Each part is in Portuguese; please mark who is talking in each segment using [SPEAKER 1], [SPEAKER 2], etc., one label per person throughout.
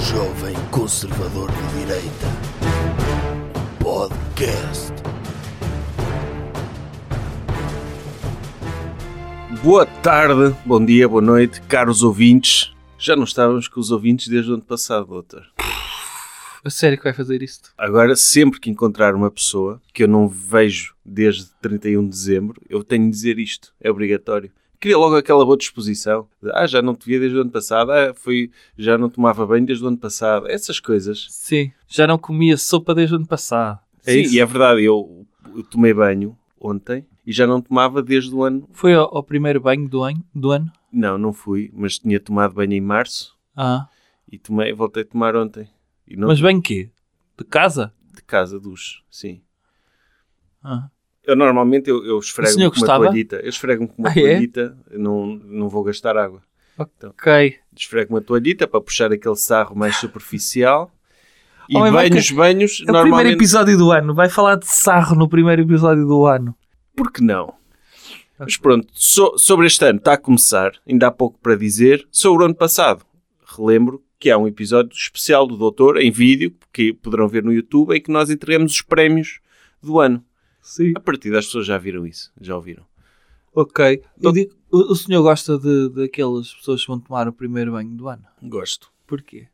[SPEAKER 1] jovem conservador de direita. Podcast.
[SPEAKER 2] Boa tarde, bom dia, boa noite, caros ouvintes. Já não estávamos com os ouvintes desde o ano passado, doutor.
[SPEAKER 3] A sério que vai fazer isto?
[SPEAKER 2] Agora, sempre que encontrar uma pessoa que eu não vejo desde 31 de dezembro, eu tenho de dizer isto, é obrigatório. Cria logo aquela boa disposição. de, Ah, já não te via desde o ano passado. Ah, fui, já não tomava banho desde o ano passado. Essas coisas.
[SPEAKER 3] Sim. Já não comia sopa desde o ano passado.
[SPEAKER 2] É isso. E é verdade, eu, eu tomei banho ontem e já não tomava desde o ano.
[SPEAKER 3] é- Foi ao, ao primeiro banho do ano? Do ano?
[SPEAKER 2] Não, não fui, mas tinha tomado banho em março
[SPEAKER 3] Ah.
[SPEAKER 2] e tomei, voltei a tomar ontem. E não
[SPEAKER 3] Mas banho quê? De casa?
[SPEAKER 2] de casa dos, sim.
[SPEAKER 3] Ah.
[SPEAKER 2] Eu normalmente eu, eu esfrego
[SPEAKER 3] O senhor
[SPEAKER 2] com uma
[SPEAKER 3] gostava?
[SPEAKER 2] toalhita. Eu esfrego com uma
[SPEAKER 3] Ah, é?
[SPEAKER 2] toalhita, não, não vou gastar água.
[SPEAKER 3] Ok.
[SPEAKER 2] Esfrego uma toalhita para puxar aquele sarro mais superficial. E
[SPEAKER 3] Ah, Homem, vai
[SPEAKER 2] banhos, banhos,
[SPEAKER 3] É o primeiro
[SPEAKER 2] normalmente...
[SPEAKER 3] episódio do ano. Vai falar de sarro no primeiro episódio do ano.
[SPEAKER 2] Por que não?
[SPEAKER 3] Ah.
[SPEAKER 2] Mas pronto, so- sobre este ano está a começar, ainda há pouco para dizer, sobre o ano passado. Relembro que há um episódio especial do Doutor em vídeo, que poderão ver no YouTube, em que nós entregamos os prémios do ano.
[SPEAKER 3] Sim.
[SPEAKER 2] A partir das pessoas já viram isso, já ouviram.
[SPEAKER 3] Ok. Então- Eu digo, o, o senhor gosta de, daquelas pessoas que vão tomar o primeiro banho do ano?
[SPEAKER 2] Gosto.
[SPEAKER 3] Porquê?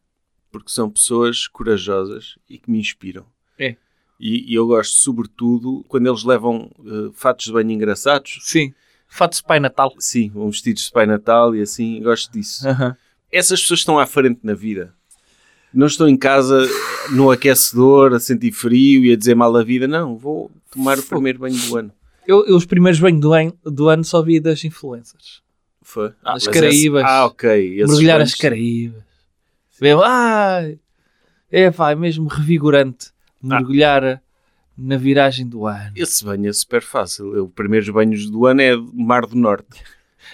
[SPEAKER 2] porque são pessoas corajosas e que me inspiram.
[SPEAKER 3] É.
[SPEAKER 2] E, e eu gosto, sobretudo, quando eles levam eh, fatos de banho engraçados.
[SPEAKER 3] Sim. Fato de Pai Natal.
[SPEAKER 2] Sim, um vestido de Pai Natal e assim, gosto disso.
[SPEAKER 3] Aham.
[SPEAKER 2] Essas pessoas estão à frente na vida. Não estão em casa no aquecedor a sentir frio e a dizer mal da vida. Não, vou tomar o
[SPEAKER 3] Fogo.
[SPEAKER 2] primeiro banho do ano.
[SPEAKER 3] Eu, eu os primeiros banhos do ano, do ano só vi das influencers.
[SPEAKER 2] Foi.
[SPEAKER 3] As
[SPEAKER 2] mas
[SPEAKER 3] Caraíbas.
[SPEAKER 2] esse- ah, ok. Esses
[SPEAKER 3] mergulhar
[SPEAKER 2] banhos-
[SPEAKER 3] as Caraíbas. Mesmo, ai, é pá, é mesmo revigorante
[SPEAKER 2] Ah.
[SPEAKER 3] mergulhar na viragem do ano.
[SPEAKER 2] Esse banho é super fácil. Eu, Os primeiros banhos do ano é do Mar do Norte.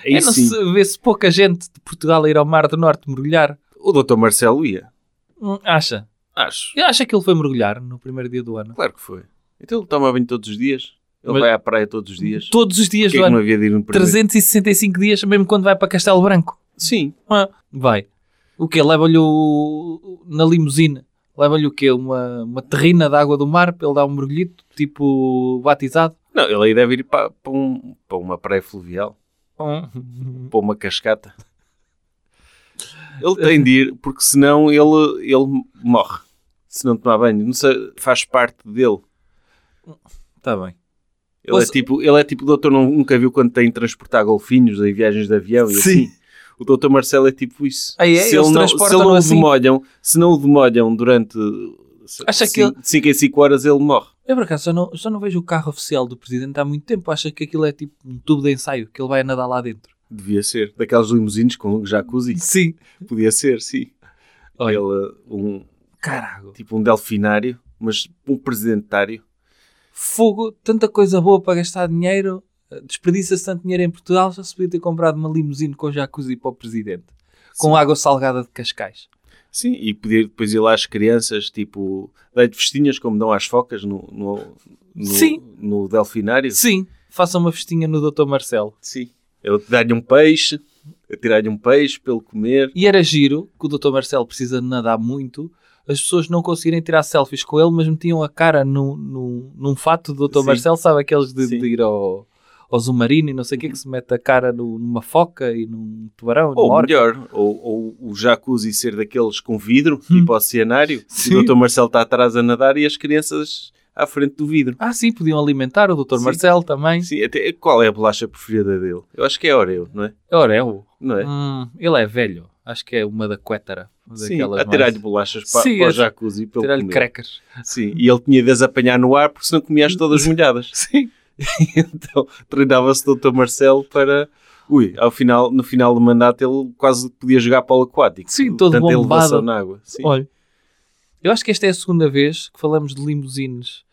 [SPEAKER 2] Aí
[SPEAKER 3] É, não
[SPEAKER 2] sim.
[SPEAKER 3] se vê-se pouca gente de Portugal a ir ao Mar do Norte mergulhar.
[SPEAKER 2] O doutor Marcelo ia.
[SPEAKER 3] Hum, acha?
[SPEAKER 2] Acho.
[SPEAKER 3] Eu acho que ele foi mergulhar no primeiro dia do ano.
[SPEAKER 2] Claro que foi. Então ele toma banho todos os dias. Ele
[SPEAKER 3] Mas-
[SPEAKER 2] vai à praia todos os dias.
[SPEAKER 3] Todos os dias
[SPEAKER 2] Porquê
[SPEAKER 3] do
[SPEAKER 2] que não
[SPEAKER 3] ano.
[SPEAKER 2] havia de ir no primeiro?
[SPEAKER 3] 365 dias, mesmo quando vai para Castelo Branco.
[SPEAKER 2] Sim.
[SPEAKER 3] Ah, vai. O quê? Leva-lhe o... na limusina. Leva-lhe o quê? Uma, uma terrina de água do mar para ele dar um mergulhito, tipo batizado.
[SPEAKER 2] Não, ele aí deve ir para, para um- para uma praia fluvial,
[SPEAKER 3] Hum.
[SPEAKER 2] para uma cascata. Ele tem de ir, porque senão ele, ele morre. Se não tomar banho. Não sei, faz parte dele.
[SPEAKER 3] Tá bem.
[SPEAKER 2] Ele é
[SPEAKER 3] Ouça-
[SPEAKER 2] tipo, ele é tipo o doutor não- nunca viu quando tem de transportar golfinhos em viagens de avião e
[SPEAKER 3] Sim.
[SPEAKER 2] assim. O doutor Marcelo é tipo isso.
[SPEAKER 3] Ah, é?
[SPEAKER 2] se,
[SPEAKER 3] Eles
[SPEAKER 2] ele não, se ele
[SPEAKER 3] transportam-no
[SPEAKER 2] não
[SPEAKER 3] assim?
[SPEAKER 2] o demolham, se não o demolham durante
[SPEAKER 3] Acha que
[SPEAKER 2] 5 em 5 horas, ele morre.
[SPEAKER 3] Eu, por acaso, já não, já não vejo o carro oficial do Presidente há muito tempo. Acho que aquilo é tipo um tubo de ensaio, que ele vai nadar lá dentro.
[SPEAKER 2] Devia ser. Daqueles limusines com jacuzzi.
[SPEAKER 3] Sim.
[SPEAKER 2] Podia ser, sim.
[SPEAKER 3] Olha.
[SPEAKER 2] Ele, um,
[SPEAKER 3] Caraca.
[SPEAKER 2] tipo um delfinário, mas um presidentário.
[SPEAKER 3] Fogo, tanta coisa boa para gastar dinheiro. eh, Desperdiça-se tanto dinheiro em Portugal. Já se podia ter comprado uma limusine com jacuzzi para o Presidente. Com água salgada de Cascais.
[SPEAKER 2] Sim, e podia depois ir lá às crianças, tipo, dar-lhe festinhas como dão às focas no, no, no,
[SPEAKER 3] Sim.
[SPEAKER 2] no delfinário.
[SPEAKER 3] Sim. Faça uma festinha no Dr. Marcelo.
[SPEAKER 2] Sim. Eu dar-lhe um peixe, eu tirar-lhe um peixe para ele comer.
[SPEAKER 3] E era giro, que o Dr. Marcelo precisa de nadar muito, as pessoas não conseguirem tirar selfies com ele, mas metiam a cara no, no- num fato do Dr.
[SPEAKER 2] Sim.
[SPEAKER 3] Marcelo, sabe aqueles de,
[SPEAKER 2] Sim.
[SPEAKER 3] de ir ao, ao submarino e não sei o que, que se mete a cara no- numa foca e num tubarão, numa
[SPEAKER 2] Ou um
[SPEAKER 3] orca.
[SPEAKER 2] melhor, ou, ou o jacuzzi ser daqueles com vidro, tipo oceanário. E
[SPEAKER 3] Hum. Sim.
[SPEAKER 2] o Dr. Marcelo está atrás a nadar e as crianças à frente do vidro.
[SPEAKER 3] Ah sim, podiam alimentar o Dr.
[SPEAKER 2] Sim.
[SPEAKER 3] Marcelo também.
[SPEAKER 2] Sim, até qual é a bolacha preferida dele? Eu acho que é Oreo, não é?
[SPEAKER 3] Ora, é o...
[SPEAKER 2] Não é?
[SPEAKER 3] Hum, ele é velho, acho que é uma da Quétara.
[SPEAKER 2] Sim, a tirar-lhe bolachas para,
[SPEAKER 3] Sim,
[SPEAKER 2] para o
[SPEAKER 3] a-
[SPEAKER 2] jacuzzi para ele
[SPEAKER 3] Tirar-lhe
[SPEAKER 2] comer.
[SPEAKER 3] crackers.
[SPEAKER 2] Sim, e ele tinha de as apanhar no ar porque senão comias todas molhadas.
[SPEAKER 3] Sim.
[SPEAKER 2] Então treinava-se o Dr. Marcelo para... Ui, ao final, no final do mandato ele quase podia jogar polo aquático.
[SPEAKER 3] Sim, todo
[SPEAKER 2] Tanta
[SPEAKER 3] bombado.
[SPEAKER 2] elevação na água. Sim.
[SPEAKER 3] Olha, eu acho que esta é a segunda vez que falamos de limusines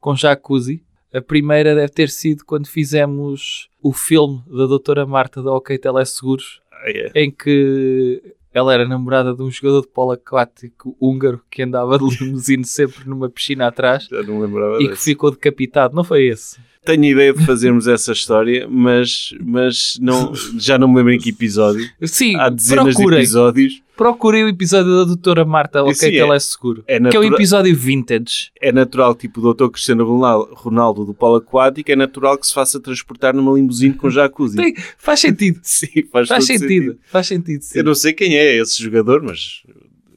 [SPEAKER 3] com jacuzzi. A primeira deve ter sido quando fizemos o filme da doutora Marta da OK Teleseguros,
[SPEAKER 2] Ah, é.
[SPEAKER 3] em que ela era namorada de um jogador de polo aquático húngaro que andava de limusine sempre numa piscina atrás
[SPEAKER 2] Já não me lembrava
[SPEAKER 3] e que
[SPEAKER 2] desse.
[SPEAKER 3] ficou decapitado. Não foi esse?
[SPEAKER 2] Tenho a ideia de fazermos essa história, mas, mas não, já não me lembro em que episódio.
[SPEAKER 3] Sim,
[SPEAKER 2] Há dezenas de
[SPEAKER 3] procurem.
[SPEAKER 2] episódios.
[SPEAKER 3] Procurem o episódio da doutora Marta, ok,
[SPEAKER 2] Sim,
[SPEAKER 3] que
[SPEAKER 2] é-
[SPEAKER 3] ela é seguro.
[SPEAKER 2] é
[SPEAKER 3] que é o
[SPEAKER 2] natura-
[SPEAKER 3] episódio vintage.
[SPEAKER 2] É natural, tipo o Dr. Cristiano Ronaldo- Ronaldo do polo aquático, é natural que se faça transportar numa limusine com jacuzzi.
[SPEAKER 3] Tem- faz sentido.
[SPEAKER 2] Sim, faz,
[SPEAKER 3] Faz
[SPEAKER 2] todo
[SPEAKER 3] sentido. Faz sentido, sim.
[SPEAKER 2] Eu não sei quem é esse jogador, mas,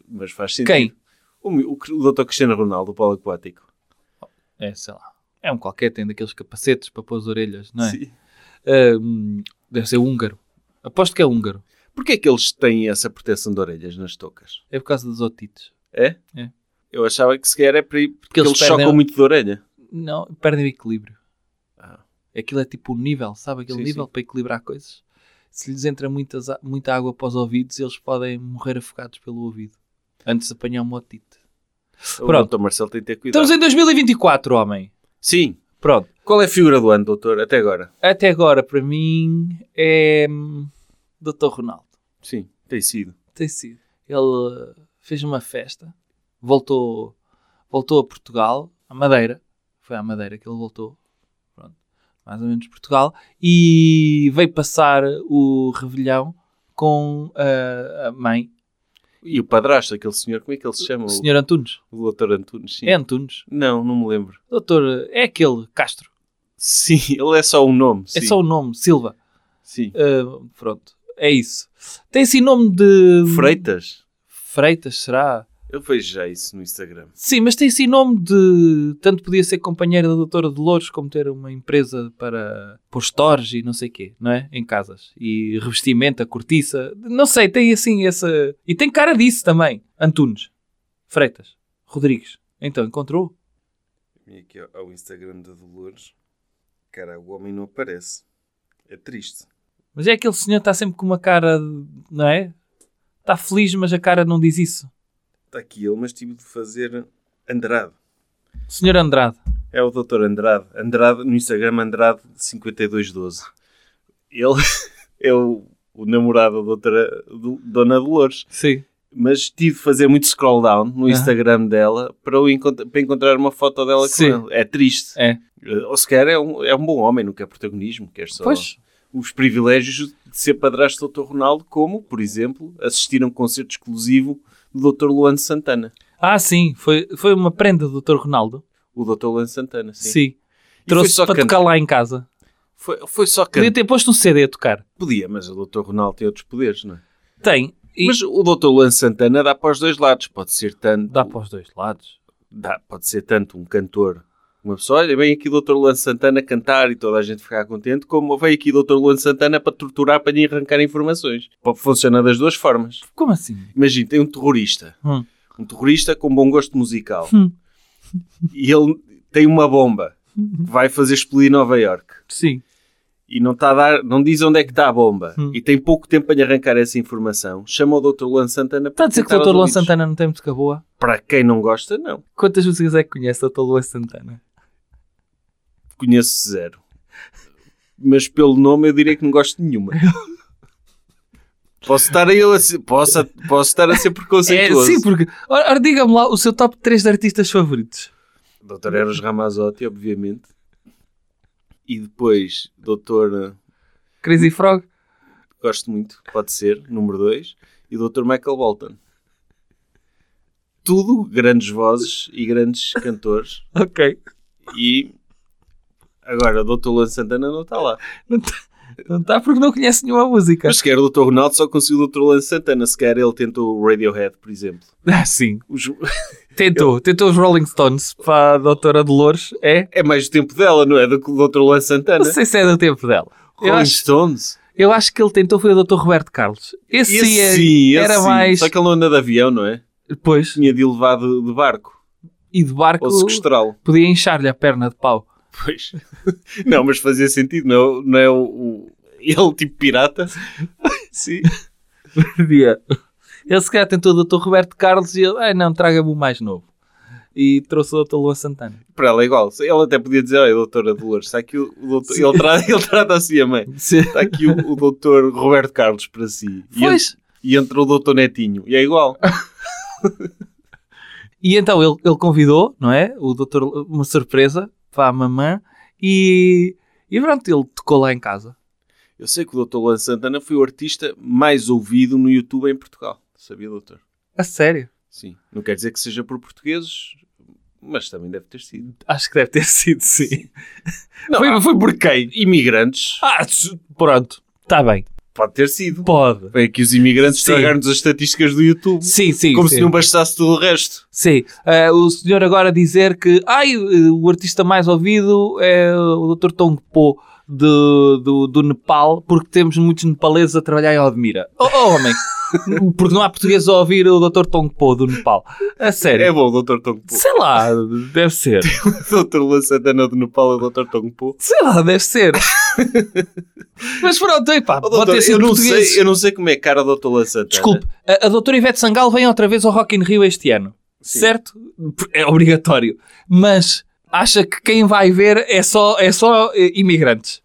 [SPEAKER 2] mas faz sentido.
[SPEAKER 3] Quem?
[SPEAKER 2] O, mi- o, cr- o Dr. Cristiano Ronaldo do polo aquático.
[SPEAKER 3] É, sei lá. É um qualquer, tem daqueles capacetes para pôr as orelhas, não é?
[SPEAKER 2] Sim.
[SPEAKER 3] Ah, hum, deve ser húngaro. Aposto que é húngaro.
[SPEAKER 2] Porquê é que eles têm essa proteção de orelhas nas toucas?
[SPEAKER 3] É por causa dos otites.
[SPEAKER 2] É?
[SPEAKER 3] É.
[SPEAKER 2] Eu achava que sequer é para ir- porque
[SPEAKER 3] eles
[SPEAKER 2] eles,
[SPEAKER 3] perdem-
[SPEAKER 2] chocam muito de orelha.
[SPEAKER 3] Não, perdem o equilíbrio.
[SPEAKER 2] Ah.
[SPEAKER 3] Aquilo é tipo o nível, sabe? Aquele
[SPEAKER 2] Sim,
[SPEAKER 3] nível para equilibrar coisas. Se lhes entra muitas a- muita água para os ouvidos, eles podem morrer afogados pelo ouvido. Antes de apanhar uma otite. Pronto.
[SPEAKER 2] O Dr. Marcelo tem que ter cuidado.
[SPEAKER 3] Estamos em 2024, homem.
[SPEAKER 2] Sim.
[SPEAKER 3] Pronto.
[SPEAKER 2] Qual é a figura do ano, doutor, até agora?
[SPEAKER 3] Até agora, para mim, é hum, Dr. Ronaldo.
[SPEAKER 2] Sim, tem sido.
[SPEAKER 3] Tem sido. Ele uh, fez uma festa, voltou, voltou a Portugal, à Madeira. Foi à Madeira que ele voltou. Pronto. Mais ou menos Portugal. E veio passar o Revelhão com uh, a mãe,
[SPEAKER 2] E o padrasto, aquele senhor, como é que ele se chama?
[SPEAKER 3] o Sr. Antunes.
[SPEAKER 2] O, o Dr. Antunes, sim.
[SPEAKER 3] É Antunes.
[SPEAKER 2] Não, não me lembro.
[SPEAKER 3] Doutor, é aquele Castro.
[SPEAKER 2] Sim, ele é só um nome.
[SPEAKER 3] É só o nome, Silva.
[SPEAKER 2] Sim.
[SPEAKER 3] Uh, pronto. É isso. Tem esse nome de.
[SPEAKER 2] Freitas?
[SPEAKER 3] Freitas, será?
[SPEAKER 2] Eu vejo já isso no Instagram.
[SPEAKER 3] Sim, mas tem esse nome de. Tanto podia ser companheira da doutora Dolores como ter uma empresa para pôr stores e não sei quê, não é? Em casas. E revestimento, a cortiça. Não sei, tem assim essa. E tem cara disso também. Antunes, Freitas, Rodrigues. Então, encontrou?
[SPEAKER 2] Vim aqui ao, ao Instagram da Dolores. Cara, o homem não aparece. É triste.
[SPEAKER 3] Mas é aquele senhor que está sempre com uma cara. de- Não é? Está feliz, mas a cara não diz isso.
[SPEAKER 2] Está tá aqui ele, mas tive de fazer Andrade.
[SPEAKER 3] Senhor Andrade.
[SPEAKER 2] É o Dr. Andrade. Andrade no Instagram, Andrade5212. Ele é o, o namorado da doutora, do- Dona Dolores.
[SPEAKER 3] Sim.
[SPEAKER 2] Mas tive de fazer muito scroll down no
[SPEAKER 3] Ah.
[SPEAKER 2] Instagram dela para, o encont- para encontrar uma foto dela
[SPEAKER 3] Sim.
[SPEAKER 2] com ele. É triste.
[SPEAKER 3] É.
[SPEAKER 2] Ou sequer é um, é um bom homem, não quer protagonismo, quer só
[SPEAKER 3] Pois.
[SPEAKER 2] os privilégios de ser padrasto do Dr. Ronaldo, como, por exemplo, assistir a um concerto exclusivo do Dr. Luan Santana.
[SPEAKER 3] Ah, sim. Foi, foi uma prenda do Dr. Ronaldo.
[SPEAKER 2] O Dr. Luan Santana, sim.
[SPEAKER 3] Sim.
[SPEAKER 2] E
[SPEAKER 3] Trouxe
[SPEAKER 2] foi só
[SPEAKER 3] para
[SPEAKER 2] cantar.
[SPEAKER 3] tocar lá em casa.
[SPEAKER 2] Foi, foi só cantar.
[SPEAKER 3] Podia ter posto um CD a tocar.
[SPEAKER 2] Podia, mas o Dr. Ronaldo tem outros poderes, não é?
[SPEAKER 3] Tem. E
[SPEAKER 2] Mas o Dr. Luan Santana dá para os dois lados. Pode ser tanto,
[SPEAKER 3] dá para os dois lados.
[SPEAKER 2] dá- pode ser tanto um cantor, uma pessoa, olha, vem aqui o Dr. Luan Santana cantar e toda a gente ficar contente, como vem aqui o Dr. Luan Santana para torturar, para lhe arrancar informações. Pô, Funciona das duas formas.
[SPEAKER 3] Como assim?
[SPEAKER 2] Imagina, tem um terrorista.
[SPEAKER 3] Hum.
[SPEAKER 2] Um terrorista com bom gosto musical.
[SPEAKER 3] Hum.
[SPEAKER 2] E ele tem uma bomba que vai fazer explodir Nova York.
[SPEAKER 3] Sim.
[SPEAKER 2] e não está a dar, não diz onde é que está a bomba
[SPEAKER 3] Hum.
[SPEAKER 2] e tem pouco tempo para lhe arrancar essa informação, chama o Dr. Luan Santana
[SPEAKER 3] Está
[SPEAKER 2] para
[SPEAKER 3] Tá a dizer que
[SPEAKER 2] tentar
[SPEAKER 3] o Dr. Luan
[SPEAKER 2] ouvi-los.
[SPEAKER 3] Santana não tem música boa?
[SPEAKER 2] Para quem não gosta, não.
[SPEAKER 3] Quantas músicas é que conhece o Dr. Luan Santana?
[SPEAKER 2] Conheço zero. Mas pelo nome eu diria que não gosto de nenhuma. posso estar a eu a ser, posso, posso estar a ser preconceituoso.
[SPEAKER 3] É, sim, porque. Ora, ora, diga-me lá o seu top 3 de artistas favoritos.
[SPEAKER 2] Dr. Eros Ramazotti, obviamente. E depois, Dr.
[SPEAKER 3] Crazy Frog?
[SPEAKER 2] Gosto muito, pode ser, número 2. E o Dr. Michael Bolton. Tudo grandes vozes e grandes cantores.
[SPEAKER 3] Ok.
[SPEAKER 2] E agora o Dr. Luan Santana não está lá.
[SPEAKER 3] Não está porque não conhece nenhuma música.
[SPEAKER 2] Mas sequer o Dr. Ronaldo só conseguiu o Dr. Luan Santana. Sequer ele tentou o Radiohead, por exemplo.
[SPEAKER 3] Ah, sim.
[SPEAKER 2] Os-
[SPEAKER 3] Tentou. Tentou os Rolling Stones para a Doutora Dolores. É?
[SPEAKER 2] É mais o tempo dela, não é? Do que o Dr. Luan
[SPEAKER 3] Não
[SPEAKER 2] Santana.
[SPEAKER 3] sei se é do tempo dela. Eu
[SPEAKER 2] Rolling
[SPEAKER 3] acho,
[SPEAKER 2] Stones.
[SPEAKER 3] eu acho que ele tentou foi o Dr. Roberto Carlos. Esse,
[SPEAKER 2] Esse
[SPEAKER 3] é-
[SPEAKER 2] sim, esse
[SPEAKER 3] era
[SPEAKER 2] sim.
[SPEAKER 3] mais.
[SPEAKER 2] Só que ele não anda de avião, não é?
[SPEAKER 3] Depois.
[SPEAKER 2] Tinha de ir levar de, de barco.
[SPEAKER 3] E de barco.
[SPEAKER 2] Ou sequestrá-lo.
[SPEAKER 3] Podia inchar-lhe a perna de pau.
[SPEAKER 2] Pois. Não, mas fazia sentido, não é, o- não é o, o- Ele, tipo pirata. Sim.
[SPEAKER 3] Podia. Ele se calhar tentou o Dr. Roberto Carlos e ele, ai não, traga-me o mais novo. E trouxe o Dr. Lua Santana.
[SPEAKER 2] Para ela é igual. Ele até podia dizer: Olha, doutora Dolores, está aqui o, o doutor. Ele, tra- ele trata assim a mãe. Está aqui o, o doutor Roberto Carlos para si. E,
[SPEAKER 3] Pois.
[SPEAKER 2] en- e entra o doutor Netinho. E é igual.
[SPEAKER 3] E então ele, ele convidou, não é? O Dr. Lu- uma surpresa para a mamã E, e pronto, ele tocou lá em casa.
[SPEAKER 2] Eu sei que o Dr. Luan Santana foi o artista mais ouvido no YouTube em Portugal. Sabia, doutor?
[SPEAKER 3] A sério.
[SPEAKER 2] Sim. Não quer dizer que seja por portugueses, mas também deve ter sido.
[SPEAKER 3] Acho que deve ter sido, sim.
[SPEAKER 2] Não,
[SPEAKER 3] foi,
[SPEAKER 2] há
[SPEAKER 3] foi por quem?
[SPEAKER 2] imigrantes.
[SPEAKER 3] Ah, s- pronto. Está bem.
[SPEAKER 2] Pode ter sido.
[SPEAKER 3] Pode.
[SPEAKER 2] É que os imigrantes
[SPEAKER 3] Sim.
[SPEAKER 2] estragaram-nos as estatísticas do YouTube.
[SPEAKER 3] Sim, sim.
[SPEAKER 2] Como
[SPEAKER 3] sim.
[SPEAKER 2] se não bastasse tudo o resto.
[SPEAKER 3] Sim. Eh, o senhor agora dizer que ai, eh, o artista mais ouvido é o Dr. Tongpo do, do, do Nepal, porque temos muitos nepaleses a trabalhar em Odmira. Oh, oh, homem! porque não há português a ouvir o Dr. Tongpo do Nepal. A sério.
[SPEAKER 2] É bom, doutor Tongpo.
[SPEAKER 3] Sei lá, deve ser.
[SPEAKER 2] Doutor Luan Santana de Nepal é doutor Tongpo.
[SPEAKER 3] Sei lá, deve ser. Mas pronto, epá,
[SPEAKER 2] Oh,
[SPEAKER 3] pode
[SPEAKER 2] doutor,
[SPEAKER 3] ter sido
[SPEAKER 2] eu, não
[SPEAKER 3] português.
[SPEAKER 2] sei, eu não sei como é a cara do doutor Luan Santana.
[SPEAKER 3] Desculpe, a, a doutora Ivete Sangal vem outra vez ao Rock in Rio este ano,
[SPEAKER 2] Sim.
[SPEAKER 3] certo? É obrigatório. Mas acha que quem vai ver é só, é só eh, imigrantes?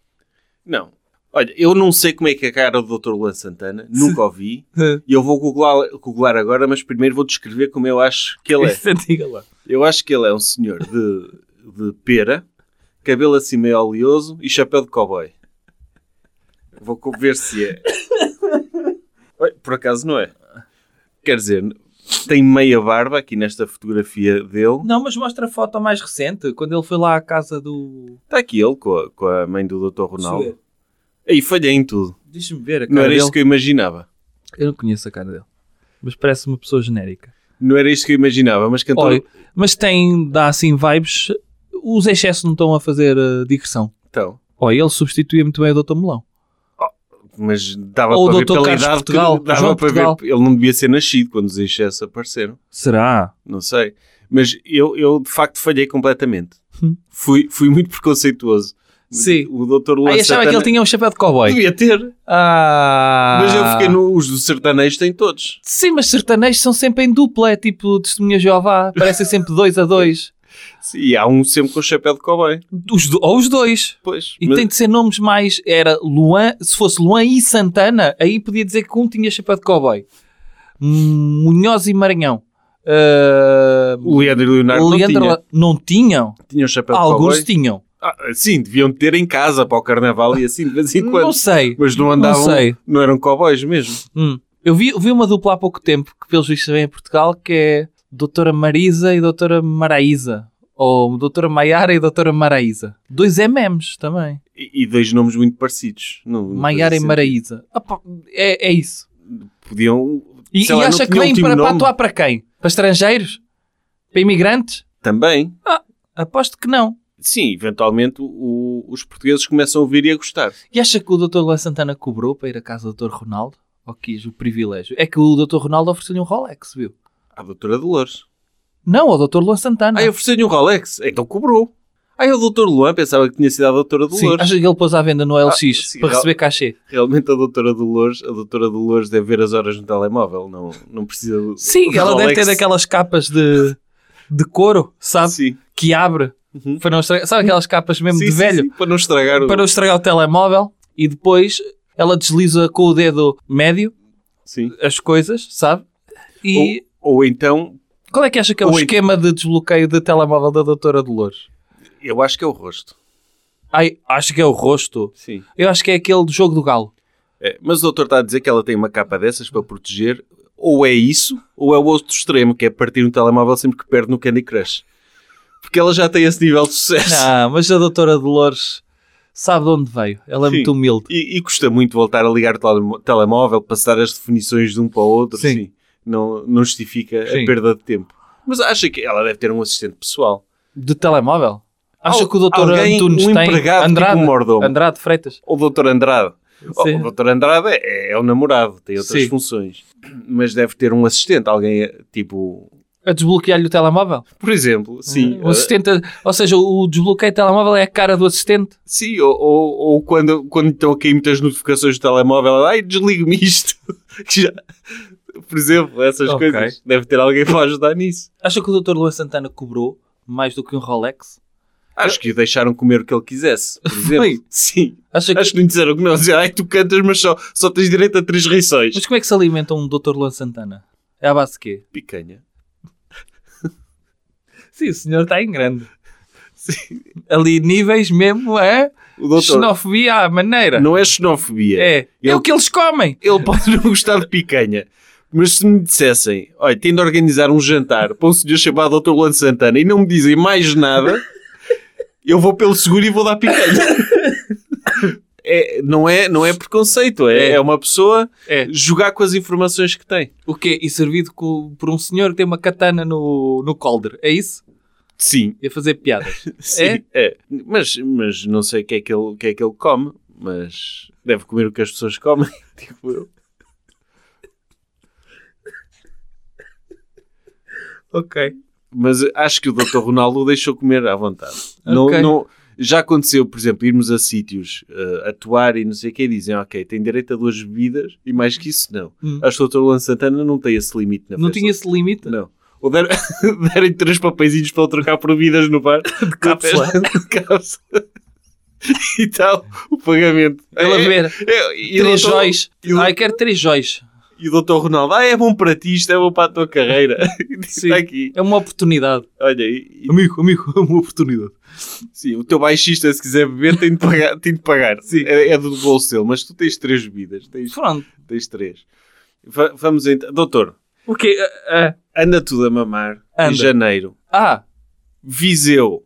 [SPEAKER 2] Não. Olha, eu não sei como é que é a cara do doutor Luan Santana. Nunca o vi. E eu vou googlar, googlar agora, mas primeiro vou descrever como eu acho que ele é.
[SPEAKER 3] Isso, diga lá.
[SPEAKER 2] Eu acho que ele é um senhor de, de pera, cabelo assim meio oleoso e chapéu de cowboy. Vou co- ver se é. Oi, por acaso não é. Quer dizer, tem meia barba aqui nesta fotografia dele.
[SPEAKER 3] Não, mas mostra a foto mais recente, quando ele foi lá à casa do...
[SPEAKER 2] Está aqui ele com a, com a mãe do Dr.
[SPEAKER 3] Deixa eu
[SPEAKER 2] Ronaldo.
[SPEAKER 3] ver.
[SPEAKER 2] Aí falhei em tudo.
[SPEAKER 3] Deixa-me ver a cara
[SPEAKER 2] Não era
[SPEAKER 3] dele.
[SPEAKER 2] isto que eu imaginava.
[SPEAKER 3] Eu não conheço a cara dele, mas parece uma pessoa genérica.
[SPEAKER 2] Não era isto que eu imaginava, mas cantou.
[SPEAKER 3] Olha, mas tem, dá assim vibes, os excessos não estão a fazer eh, digressão.
[SPEAKER 2] Então,
[SPEAKER 3] Olha, ele substituía muito bem o Dr. Melão.
[SPEAKER 2] mas dava
[SPEAKER 3] Ou o
[SPEAKER 2] para ver
[SPEAKER 3] Dr.
[SPEAKER 2] pela
[SPEAKER 3] Carlos
[SPEAKER 2] idade que-
[SPEAKER 3] Portugal,
[SPEAKER 2] dava
[SPEAKER 3] João
[SPEAKER 2] para
[SPEAKER 3] Portugal.
[SPEAKER 2] ver. Ele não devia ser nascido quando os excessos apareceram.
[SPEAKER 3] Será?
[SPEAKER 2] não sei. Mas eu, eu de facto falhei completamente.
[SPEAKER 3] Hum.
[SPEAKER 2] Fui, fui muito preconceituoso.
[SPEAKER 3] Sim.
[SPEAKER 2] O doutor Luan
[SPEAKER 3] Aí achava que
[SPEAKER 2] Santana
[SPEAKER 3] ele tinha um chapéu de cowboy.
[SPEAKER 2] devia ter.
[SPEAKER 3] Ah.
[SPEAKER 2] Mas eu fiquei no, os do sertanejo têm todos.
[SPEAKER 3] Sim, mas sertanejos são sempre em dupla, é tipo testemunha Jeová, parecem sempre dois a dois.
[SPEAKER 2] Sim, e há um sempre com chapéu de cowboy.
[SPEAKER 3] Os do- Ou os dois.
[SPEAKER 2] Pois.
[SPEAKER 3] E
[SPEAKER 2] Mas-
[SPEAKER 3] tem de ser nomes mais. Era Luan, se fosse Luan e Santana, aí podia dizer que um tinha chapéu de cowboy. Hum, Munhoz e Maranhão. Ah,
[SPEAKER 2] O Leandro e o Leonardo
[SPEAKER 3] o Leandro
[SPEAKER 2] não tinha.
[SPEAKER 3] La- não tinham?
[SPEAKER 2] Tinha um chapéu de
[SPEAKER 3] Alguns
[SPEAKER 2] cowboy.
[SPEAKER 3] tinham.
[SPEAKER 2] Ah, sim, deviam ter em casa para o carnaval e assim de vez em
[SPEAKER 3] Não
[SPEAKER 2] quando.
[SPEAKER 3] sei.
[SPEAKER 2] Mas não andavam,
[SPEAKER 3] Não sei.
[SPEAKER 2] não eram cowboys mesmo.
[SPEAKER 3] Hum. Eu vi, vi uma dupla há pouco tempo que, pelos vistos, vem em Portugal, que é Doutora Marisa e Doutora Maraísa. Ou Doutora Maiara e Doutora Maraísa. Dois MMs também.
[SPEAKER 2] E, e dois nomes muito parecidos. Não, não
[SPEAKER 3] Maiara e
[SPEAKER 2] fazia
[SPEAKER 3] Maraísa. Ah, pá, é, é isso.
[SPEAKER 2] sentido. Podiam.
[SPEAKER 3] E,
[SPEAKER 2] sei
[SPEAKER 3] e
[SPEAKER 2] lá, não
[SPEAKER 3] acha que
[SPEAKER 2] tinham
[SPEAKER 3] vem
[SPEAKER 2] um
[SPEAKER 3] para, para
[SPEAKER 2] nome.
[SPEAKER 3] atuar para quem? Para estrangeiros? Para imigrantes?
[SPEAKER 2] Também.
[SPEAKER 3] Aposto que não.
[SPEAKER 2] Sim, eventualmente o- os portugueses começam a ouvir e a gostar.
[SPEAKER 3] E acha que o Dr. Luan Santana cobrou para ir à casa do Dr. Ronaldo? Ou quis o privilégio? É que o Dr. Ronaldo ofereceu-lhe um Rolex, viu?
[SPEAKER 2] A doutora Dolores.
[SPEAKER 3] Não, ao Dr. Luan Santana.
[SPEAKER 2] Ah, eu ofereci-lhe um Rolex. Então cobrou. Ah, é o doutor Luan. Pensava que tinha sido a doutora
[SPEAKER 3] Sim,
[SPEAKER 2] Dolores.
[SPEAKER 3] acha que ele pôs à venda no LX
[SPEAKER 2] Ah, sim,
[SPEAKER 3] para
[SPEAKER 2] real-
[SPEAKER 3] receber cachê?
[SPEAKER 2] Realmente a doutora Dolores, a doutora Dolores deve ver as horas no telemóvel. Não, não precisa do
[SPEAKER 3] Sim,
[SPEAKER 2] do
[SPEAKER 3] ela deve
[SPEAKER 2] Rolex.
[SPEAKER 3] ter daquelas capas de, de couro, sabe?
[SPEAKER 2] Sim.
[SPEAKER 3] Que abre.
[SPEAKER 2] Uhum.
[SPEAKER 3] Para não estragar, sabe aquelas capas mesmo
[SPEAKER 2] Sim,
[SPEAKER 3] de
[SPEAKER 2] sim,
[SPEAKER 3] velho?
[SPEAKER 2] sim, para não estragar o...
[SPEAKER 3] Para não estragar o telemóvel. E depois ela desliza com o dedo médio
[SPEAKER 2] Sim.
[SPEAKER 3] as coisas, sabe? E
[SPEAKER 2] Ou, ou então,
[SPEAKER 3] qual é que acha que é o
[SPEAKER 2] ou em-
[SPEAKER 3] esquema de desbloqueio de telemóvel da doutora Dolores?
[SPEAKER 2] eu acho que é o rosto.
[SPEAKER 3] Ai, acho que é o rosto.
[SPEAKER 2] Sim.
[SPEAKER 3] Eu acho que é aquele do jogo do galo.
[SPEAKER 2] É, mas o doutor está a dizer que ela tem uma capa dessas para proteger. Ou é isso, ou é o outro extremo, que é partir um telemóvel sempre que perde no Candy Crush. Porque ela já tem esse nível de sucesso.
[SPEAKER 3] Não, mas a doutora Dolores sabe de onde veio. Ela é
[SPEAKER 2] Sim.
[SPEAKER 3] muito humilde.
[SPEAKER 2] E, e custa muito voltar a ligar o telemó- telemóvel, passar as definições de um para o outro.
[SPEAKER 3] Sim.
[SPEAKER 2] Sim. Não, não justifica
[SPEAKER 3] Sim.
[SPEAKER 2] a perda de tempo. Mas acha que ela deve ter um assistente pessoal.
[SPEAKER 3] De telemóvel? Acha
[SPEAKER 2] Al-
[SPEAKER 3] que o doutor
[SPEAKER 2] alguém,
[SPEAKER 3] Antunes
[SPEAKER 2] um
[SPEAKER 3] tem
[SPEAKER 2] empregado, tipo
[SPEAKER 3] Andrade,
[SPEAKER 2] um mordomo.
[SPEAKER 3] Andrade Freitas?
[SPEAKER 2] Ou o doutor Andrade. O-
[SPEAKER 3] Sim.
[SPEAKER 2] O doutor Andrade é, é o namorado, tem outras
[SPEAKER 3] Sim.
[SPEAKER 2] funções. Mas deve ter um assistente, alguém tipo...
[SPEAKER 3] A desbloquear-lhe o telemóvel?
[SPEAKER 2] Por exemplo, sim.
[SPEAKER 3] É, O
[SPEAKER 2] eh,
[SPEAKER 3] assistente, ou seja, o desbloqueio de telemóvel é a cara do assistente.
[SPEAKER 2] Sim, ou, ou, ou quando, quando estão a cair muitas notificações do telemóvel, ela, ai, desligo-me isto. Que já- Por exemplo, essas
[SPEAKER 3] Ok.
[SPEAKER 2] coisas. Deve ter alguém para ajudar nisso.
[SPEAKER 3] Acha que o Dr. Luan Santana cobrou mais do que um Rolex?
[SPEAKER 2] Acho que o deixaram comer o que ele quisesse, por exemplo.
[SPEAKER 3] Foi?
[SPEAKER 2] Sim.
[SPEAKER 3] Acha que...
[SPEAKER 2] Acho que não disseram que não. Disseram, ai, tu cantas, mas só, só tens direito a três rissóis.
[SPEAKER 3] Mas como é que se alimenta um Dr. Luan Santana? É à base de quê?
[SPEAKER 2] Picanha.
[SPEAKER 3] Sim, o senhor está em grande. Ali níveis mesmo é
[SPEAKER 2] O doutor
[SPEAKER 3] xenofobia à maneira.
[SPEAKER 2] não é xenofobia.
[SPEAKER 3] É.
[SPEAKER 2] Ele-
[SPEAKER 3] É o que eles comem.
[SPEAKER 2] Ele pode não gostar de picanha. Mas se me dissessem, olha, tendo de organizar um jantar para um senhor chamado Dr. Luan Santana e não me dizem mais nada, eu vou pelo seguro e vou dar picanha. É, não, é, não é preconceito, é,
[SPEAKER 3] É.
[SPEAKER 2] é uma pessoa
[SPEAKER 3] É.
[SPEAKER 2] jogar com as informações que tem.
[SPEAKER 3] O quê? E servido co- por um senhor que tem uma katana no, no colder. É isso?
[SPEAKER 2] Sim,
[SPEAKER 3] E a fazer piadas.
[SPEAKER 2] sim, é. Mas, mas não sei o que, é que ele, o que é que ele come, mas deve comer o que as pessoas comem. Tipo eu.
[SPEAKER 3] ok.
[SPEAKER 2] mas acho que o Dr. Ronaldo o deixou comer à vontade. Não,
[SPEAKER 3] Ok.
[SPEAKER 2] não- já aconteceu, por exemplo, irmos a sítios eh, atuar e não sei o que, e dizem, ok, tem direito a duas bebidas e mais que isso, não.
[SPEAKER 3] Hum.
[SPEAKER 2] Acho que o Dr. Luan Santana não tem esse limite na
[SPEAKER 3] Não
[SPEAKER 2] festa.
[SPEAKER 3] tinha esse limite?
[SPEAKER 2] Não. Ou deram- derem três papeizinhos para ele trocar por bebidas no bar. De
[SPEAKER 3] cápsula.
[SPEAKER 2] De cápsula. e tal, o pagamento.
[SPEAKER 3] Ele a
[SPEAKER 2] É-
[SPEAKER 3] ver.
[SPEAKER 2] é- e o
[SPEAKER 3] três
[SPEAKER 2] Dr.
[SPEAKER 3] joys.
[SPEAKER 2] eu-
[SPEAKER 3] Ai, quero três joys.
[SPEAKER 2] E o Dr. Ronaldo, ah, é bom para ti, isto é bom para a tua carreira.
[SPEAKER 3] Sim.
[SPEAKER 2] Está aqui.
[SPEAKER 3] É uma oportunidade.
[SPEAKER 2] Olha, e, e-
[SPEAKER 3] Amigo, amigo, é uma oportunidade.
[SPEAKER 2] Sim, o teu baixista, se quiser beber, tem de pagar. Tem de pagar.
[SPEAKER 3] Sim.
[SPEAKER 2] É, é do bolso dele, mas tu tens três bebidas. Tens,
[SPEAKER 3] Pronto.
[SPEAKER 2] tens três. Va- vamos então. Doutor,
[SPEAKER 3] O quê? Ah,
[SPEAKER 2] anda tudo a mamar em
[SPEAKER 3] Anda.
[SPEAKER 2] janeiro.
[SPEAKER 3] ah, ah,
[SPEAKER 2] Viseu.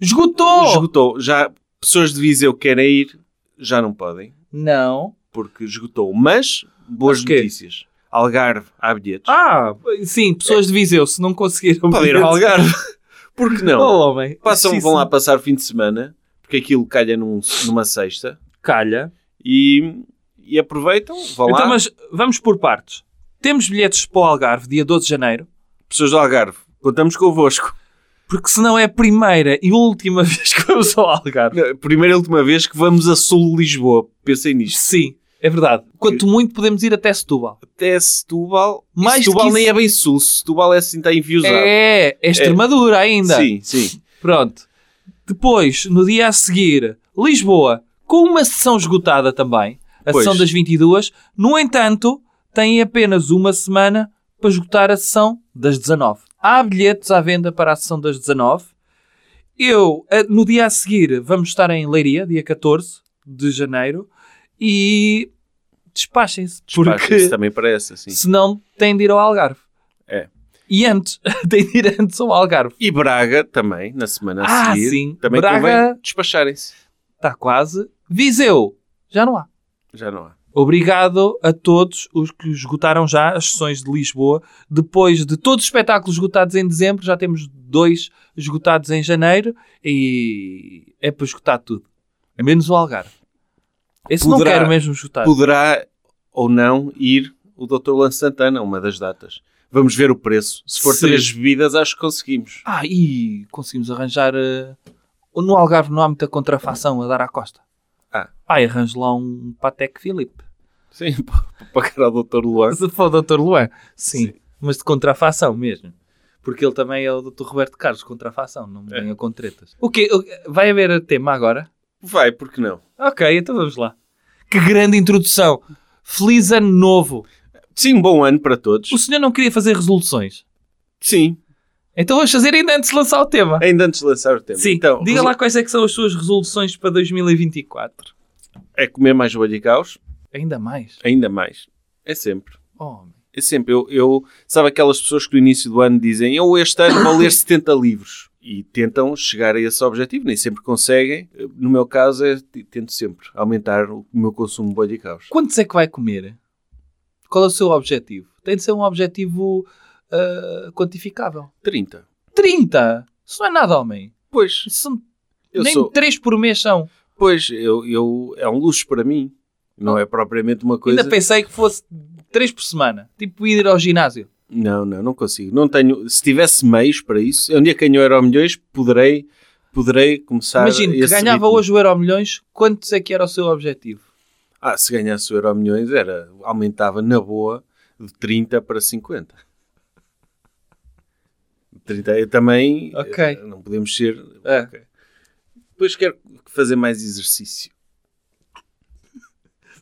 [SPEAKER 3] esgotou!
[SPEAKER 2] Esgotou. Já pessoas de Viseu que querem ir, já não podem,
[SPEAKER 3] Não.
[SPEAKER 2] porque esgotou. Mas, boas
[SPEAKER 3] Mas quê?
[SPEAKER 2] notícias. Algarve, há bilhetes.
[SPEAKER 3] Ah, sim, pessoas de Viseu, se não conseguiram...
[SPEAKER 2] Podem ir ao Algarve. Por que não?
[SPEAKER 3] Oh, homem.
[SPEAKER 2] Passam,
[SPEAKER 3] Sim,
[SPEAKER 2] vão
[SPEAKER 3] sim.
[SPEAKER 2] lá passar o fim de semana, porque aquilo calha num- numa sexta.
[SPEAKER 3] Calha.
[SPEAKER 2] E, e aproveitam, vão lá.
[SPEAKER 3] Então, mas vamos por partes. Temos bilhetes para o Algarve, dia 12 de janeiro,
[SPEAKER 2] pessoas do Algarve, contamos convosco.
[SPEAKER 3] porque senão é a primeira e última vez que vamos ao Algarve.
[SPEAKER 2] Na Primeira e última vez que vamos a Sul de Lisboa. Pensei nisto.
[SPEAKER 3] Sim, é verdade. Quanto muito podemos ir até Setúbal.
[SPEAKER 2] Até Setúbal. E
[SPEAKER 3] Mais
[SPEAKER 2] Setúbal
[SPEAKER 3] do que
[SPEAKER 2] nem
[SPEAKER 3] isso-
[SPEAKER 2] é bem Sul. Setúbal é assim, está enviosado.
[SPEAKER 3] É, é Extremadura ainda.
[SPEAKER 2] Sim, sim.
[SPEAKER 3] Pronto. Depois, no dia a seguir, Lisboa, com uma sessão esgotada também, a
[SPEAKER 2] Pois.
[SPEAKER 3] sessão das 22. No entanto, têm apenas uma semana para esgotar a sessão das 19. Há bilhetes à venda para a sessão das 19. Eu, eh, no dia a seguir, vamos estar em Leiria, dia 14 de janeiro, e despachem-se,
[SPEAKER 2] Porque...
[SPEAKER 3] porque
[SPEAKER 2] também parece assim.
[SPEAKER 3] senão têm de ir ao Algarve.
[SPEAKER 2] É.
[SPEAKER 3] E antes, têm de ir antes ao Algarve.
[SPEAKER 2] E Braga também, na semana a
[SPEAKER 3] Ah,
[SPEAKER 2] seguir.
[SPEAKER 3] sim.
[SPEAKER 2] Também
[SPEAKER 3] Braga-
[SPEAKER 2] convém despacharem-se.
[SPEAKER 3] Está Tá quase. Viseu, já não há.
[SPEAKER 2] Já não há.
[SPEAKER 3] Obrigado a todos os que esgotaram já as sessões de Lisboa. Depois de todos os espetáculos esgotados em dezembro, já temos dois esgotados em janeiro e é para esgotar tudo. Menos o Algarve. Esse não
[SPEAKER 2] Poderá-
[SPEAKER 3] quero mesmo esgotar.
[SPEAKER 2] Poderá ou não ir o Dr. Lance Santana, uma das datas. Vamos ver o preço. Se for
[SPEAKER 3] Sim.
[SPEAKER 2] três bebidas, acho que conseguimos.
[SPEAKER 3] Ah, e conseguimos arranjar. eh, No Algarve não há muita contrafação a dar à costa.
[SPEAKER 2] Ah.
[SPEAKER 3] Ah, e arranjo lá um Patek Philippe.
[SPEAKER 2] Sim, para pagar ao Dr. Luan.
[SPEAKER 3] Se for o Dr. Luan, sim, mas de contrafação mesmo. Porque ele também é o Dr. Roberto Carlos, contrafação, não me
[SPEAKER 2] É.
[SPEAKER 3] venha com tretas. O quê? O- Vai haver tema agora?
[SPEAKER 2] Vai, porque não?
[SPEAKER 3] Ok, então vamos lá. Que grande introdução! Feliz ano novo!
[SPEAKER 2] Sim, um bom ano para todos.
[SPEAKER 3] O senhor não queria fazer resoluções?
[SPEAKER 2] Sim,
[SPEAKER 3] Então vamos fazer ainda antes de lançar o tema.
[SPEAKER 2] Ainda antes de lançar o tema.
[SPEAKER 3] Sim,
[SPEAKER 2] então,
[SPEAKER 3] diga lá quais é que são as suas resoluções para 2024.
[SPEAKER 2] É comer mais bolicaus?
[SPEAKER 3] Ainda mais.
[SPEAKER 2] Ainda mais. É sempre.
[SPEAKER 3] Oh,
[SPEAKER 2] É sempre. Eu, eu- sabe aquelas pessoas que no início do ano dizem eu este ano vou ler 70 livros. E tentam chegar a esse objetivo. Nem sempre conseguem. No meu caso, é, tento sempre aumentar o meu consumo de bolicaus.
[SPEAKER 3] Quantos é que vai comer? Qual é o seu objetivo? Tem de ser um objetivo ah, quantificável.
[SPEAKER 2] 30.
[SPEAKER 3] 30! Isso não é nada, homem.
[SPEAKER 2] Pois,
[SPEAKER 3] Isso são-
[SPEAKER 2] eu
[SPEAKER 3] nem
[SPEAKER 2] sou...
[SPEAKER 3] 3 por mês são.
[SPEAKER 2] Pois, eu, eu- É um luxo para mim. Não é propriamente uma coisa...
[SPEAKER 3] Ah. Ainda pensei que fosse 3 por semana. Tipo ir ao ginásio.
[SPEAKER 2] Não, não, não consigo. Não tenho. Se tivesse meios para isso, eu um dia que ganho euro milhões, poderei, poderei começar.
[SPEAKER 3] Imagino que
[SPEAKER 2] Tá, esse
[SPEAKER 3] ganhava
[SPEAKER 2] ritmo.
[SPEAKER 3] hoje o Euro Milhões, quantos é que era o seu objetivo?
[SPEAKER 2] Ah, se ganhasse o euro milhões, era, aumentava na boa de 30 para 50. 30, eu também.
[SPEAKER 3] Ok.
[SPEAKER 2] eh, Não podemos ser.
[SPEAKER 3] É.
[SPEAKER 2] ok. Depois quero fazer mais exercício.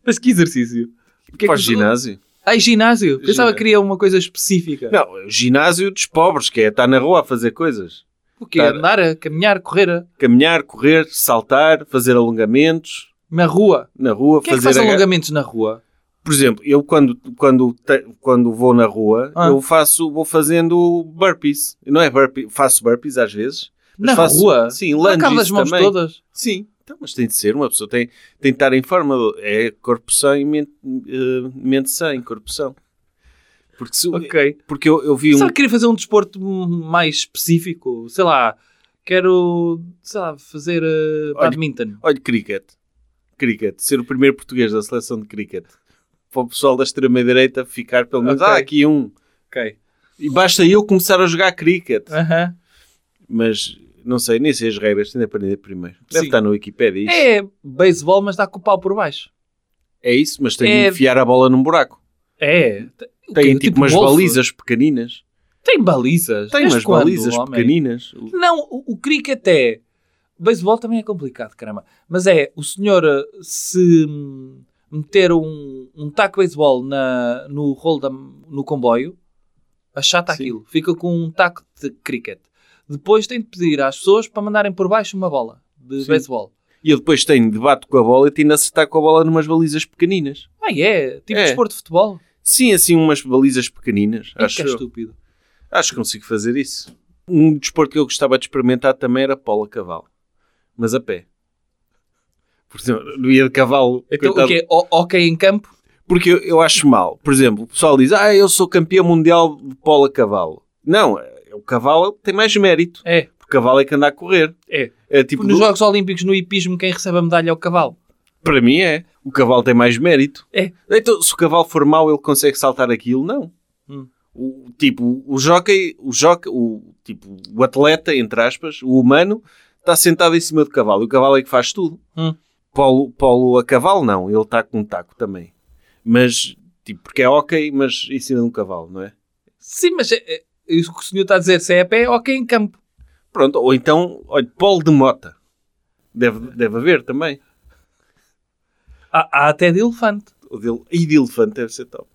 [SPEAKER 3] Mas que exercício? Porque é
[SPEAKER 2] Para o ginásio?
[SPEAKER 3] Ai, ginásio. Pensava
[SPEAKER 2] Ginásio.
[SPEAKER 3] que queria uma coisa específica.
[SPEAKER 2] Não, o ginásio dos pobres, que é estar na rua a fazer coisas.
[SPEAKER 3] O quê?
[SPEAKER 2] Cara.
[SPEAKER 3] Andar a caminhar, correr a-
[SPEAKER 2] Caminhar, correr, saltar, fazer alongamentos
[SPEAKER 3] na rua.
[SPEAKER 2] na rua,
[SPEAKER 3] Quem é que
[SPEAKER 2] fazer
[SPEAKER 3] faz
[SPEAKER 2] aga-
[SPEAKER 3] alongamentos na rua?
[SPEAKER 2] Por exemplo, eu quando, quando, te- quando vou na rua,
[SPEAKER 3] Ah.
[SPEAKER 2] eu faço, vou fazendo burpees. Não é burpees, faço burpees às vezes. mas
[SPEAKER 3] Na
[SPEAKER 2] faço-
[SPEAKER 3] rua?
[SPEAKER 2] Sim,
[SPEAKER 3] Não acaba
[SPEAKER 2] lunges
[SPEAKER 3] as mãos
[SPEAKER 2] também.
[SPEAKER 3] todas?
[SPEAKER 2] Sim. Então, mas tem de ser, uma pessoa tem, tem de estar em forma. É corpo sã e mente, eh, mente sã, em corpo sã. Porque, se-
[SPEAKER 3] Ok.
[SPEAKER 2] porque eu, eu vi um...
[SPEAKER 3] Será que queria fazer um desporto mais específico? Sei lá, quero, sei lá, fazer eh,
[SPEAKER 2] Olha,
[SPEAKER 3] badminton.
[SPEAKER 2] Olha, cricket. Cricket. Ser o primeiro português da seleção de cricket. Para o pessoal da extrema-direita ficar pelo menos...
[SPEAKER 3] Ok.
[SPEAKER 2] Ah, aqui um.
[SPEAKER 3] Ok.
[SPEAKER 2] E basta eu começar a jogar cricket.
[SPEAKER 3] Aham.
[SPEAKER 2] Mas, não sei, nem sei as regras. Tenho de aprender primeiro. Deve
[SPEAKER 3] Sim.
[SPEAKER 2] estar no Wikipédia isso. É,
[SPEAKER 3] É beisebol, mas dá com o pau por baixo.
[SPEAKER 2] isso, mas tenho
[SPEAKER 3] É-
[SPEAKER 2] de enfiar a bola num buraco.
[SPEAKER 3] É. O quê?
[SPEAKER 2] Tem tipo, umas
[SPEAKER 3] golfe?
[SPEAKER 2] balizas pequeninas.
[SPEAKER 3] Tem balizas.
[SPEAKER 2] Tem
[SPEAKER 3] Desde
[SPEAKER 2] umas
[SPEAKER 3] quando,
[SPEAKER 2] balizas
[SPEAKER 3] homem?
[SPEAKER 2] pequeninas.
[SPEAKER 3] Não, o, o cricket é. Beisebol também é complicado, caramba. Mas é, o senhor eh, se hum, meter um, um taco de beisebol na- no rolo da- no comboio, achata
[SPEAKER 2] Sim.
[SPEAKER 3] aquilo. Fica com um taco de cricket. Depois tem de pedir às pessoas para mandarem por baixo uma bola de
[SPEAKER 2] Sim.
[SPEAKER 3] beisebol.
[SPEAKER 2] E eu depois tenho debate com a bola e tenho de acertar com a bola numas balizas pequeninas.
[SPEAKER 3] Ah, é? Tipo
[SPEAKER 2] É.
[SPEAKER 3] desporto de futebol?
[SPEAKER 2] Sim, assim umas balizas pequeninas.
[SPEAKER 3] Ih,
[SPEAKER 2] acho
[SPEAKER 3] que é
[SPEAKER 2] eu.
[SPEAKER 3] estúpido.
[SPEAKER 2] Acho que consigo fazer isso. Um desporto que eu gostava de experimentar também era polo a cavalo. Mas a pé. Por exemplo, não ia de cavalo.
[SPEAKER 3] Então
[SPEAKER 2] coitado.
[SPEAKER 3] o quê? O- ok em campo?
[SPEAKER 2] Porque eu, eu acho mal. Por exemplo, o pessoal diz, ah, eu sou campeão mundial de polo a cavalo. Não, é- o cavalo tem mais mérito.
[SPEAKER 3] É.
[SPEAKER 2] Porque o cavalo é que anda a correr.
[SPEAKER 3] É.
[SPEAKER 2] É tipo,
[SPEAKER 3] Nos
[SPEAKER 2] do-
[SPEAKER 3] Jogos Olímpicos, no hipismo, quem recebe a medalha é o cavalo.
[SPEAKER 2] para mim é. O cavalo tem mais mérito.
[SPEAKER 3] É.
[SPEAKER 2] Então, se o cavalo for mau, ele consegue saltar aquilo? Não.
[SPEAKER 3] Hum.
[SPEAKER 2] O, tipo, o jockey, o jockey, o, tipo, o atleta, entre aspas, o humano, está sentado em cima do cavalo. E o cavalo é que faz tudo.
[SPEAKER 3] Hum.
[SPEAKER 2] Polo, polo a cavalo, não. Ele está com um taco também. Mas, tipo, porque é ok, mas em cima de um cavalo, não é?
[SPEAKER 3] Sim, mas é, é, isso que o senhor está a dizer, se é a pé, ok em campo.
[SPEAKER 2] Pronto, ou então, olha, polo de mota. Deve, deve haver também.
[SPEAKER 3] Há, há até de elefante.
[SPEAKER 2] O de, e de elefante deve ser top.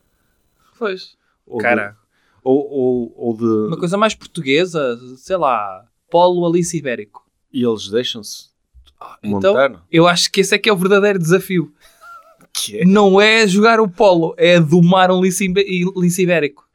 [SPEAKER 3] Pois.
[SPEAKER 2] Ou de-
[SPEAKER 3] Cara,
[SPEAKER 2] ou, ou, ou de...
[SPEAKER 3] uma coisa mais portuguesa, sei lá, polo Alice Ibérico.
[SPEAKER 2] E eles deixam-se ah,
[SPEAKER 3] então-
[SPEAKER 2] montar?
[SPEAKER 3] Eu acho que esse é que é o verdadeiro desafio.
[SPEAKER 2] Que, é,
[SPEAKER 3] Não é jogar o polo, é domar um Alice Ibe- e- Alice Ibérico.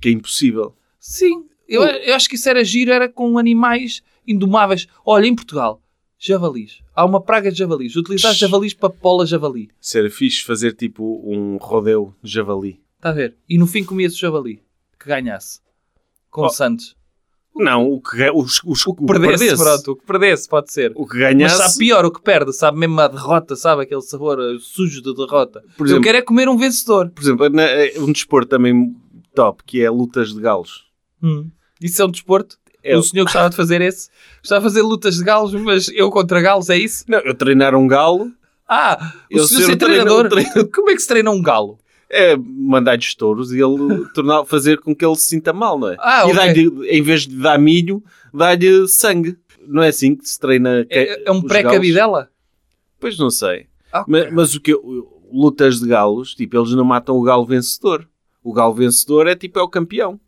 [SPEAKER 2] que é impossível.
[SPEAKER 3] Sim, eu, eu acho que isso era giro, era com animais indomáveis. Olha, em Portugal, javalis. Há uma praga de javalis. Utilizar
[SPEAKER 2] Tch.
[SPEAKER 3] javalis para pola javali.
[SPEAKER 2] Se era fixe fazer tipo um rodeo de javali.
[SPEAKER 3] Está Tá a ver? E no fim comias o javali que ganhasse. Com
[SPEAKER 2] Oh.
[SPEAKER 3] Santos.
[SPEAKER 2] Não, o que, ga- os, os, o que
[SPEAKER 3] Perdesse, pronto, o que perdesse pode ser.
[SPEAKER 2] O que
[SPEAKER 3] Mas
[SPEAKER 2] ganhasse.
[SPEAKER 3] sabe pior o que perde, sabe? Mesmo a derrota, sabe? Aquele sabor eh, sujo de derrota.
[SPEAKER 2] Por
[SPEAKER 3] Eu
[SPEAKER 2] exemplo-
[SPEAKER 3] quero é comer um vencedor.
[SPEAKER 2] Por exemplo, na- é um desporto também top que é lutas de galos.
[SPEAKER 3] Isso é um desporto?
[SPEAKER 2] É-
[SPEAKER 3] O senhor gostava de fazer esse? Gostava de fazer lutas de galos, mas eu contra galos, é isso?
[SPEAKER 2] Não, eu treinar um galo
[SPEAKER 3] Ah, o
[SPEAKER 2] Eu
[SPEAKER 3] senhor
[SPEAKER 2] ser
[SPEAKER 3] ser
[SPEAKER 2] o treina-
[SPEAKER 3] treinador.
[SPEAKER 2] o treina-
[SPEAKER 3] Como é que se treina um galo?
[SPEAKER 2] é mandar-lhe touros e ele tornar, fazer com que ele se sinta mal, não é?
[SPEAKER 3] Ah,
[SPEAKER 2] e
[SPEAKER 3] ok.
[SPEAKER 2] dar-lhe, em vez de dar milho, dá-lhe sangue. Não é assim que se treina. que-
[SPEAKER 3] É, é um
[SPEAKER 2] os galos?
[SPEAKER 3] pré-cabidela?
[SPEAKER 2] Pois não sei.
[SPEAKER 3] Ah,
[SPEAKER 2] Mas, mas o que eu- lutas de galos, tipo, eles não matam o galo vencedor. O galo vencedor é tipo, é o campeão.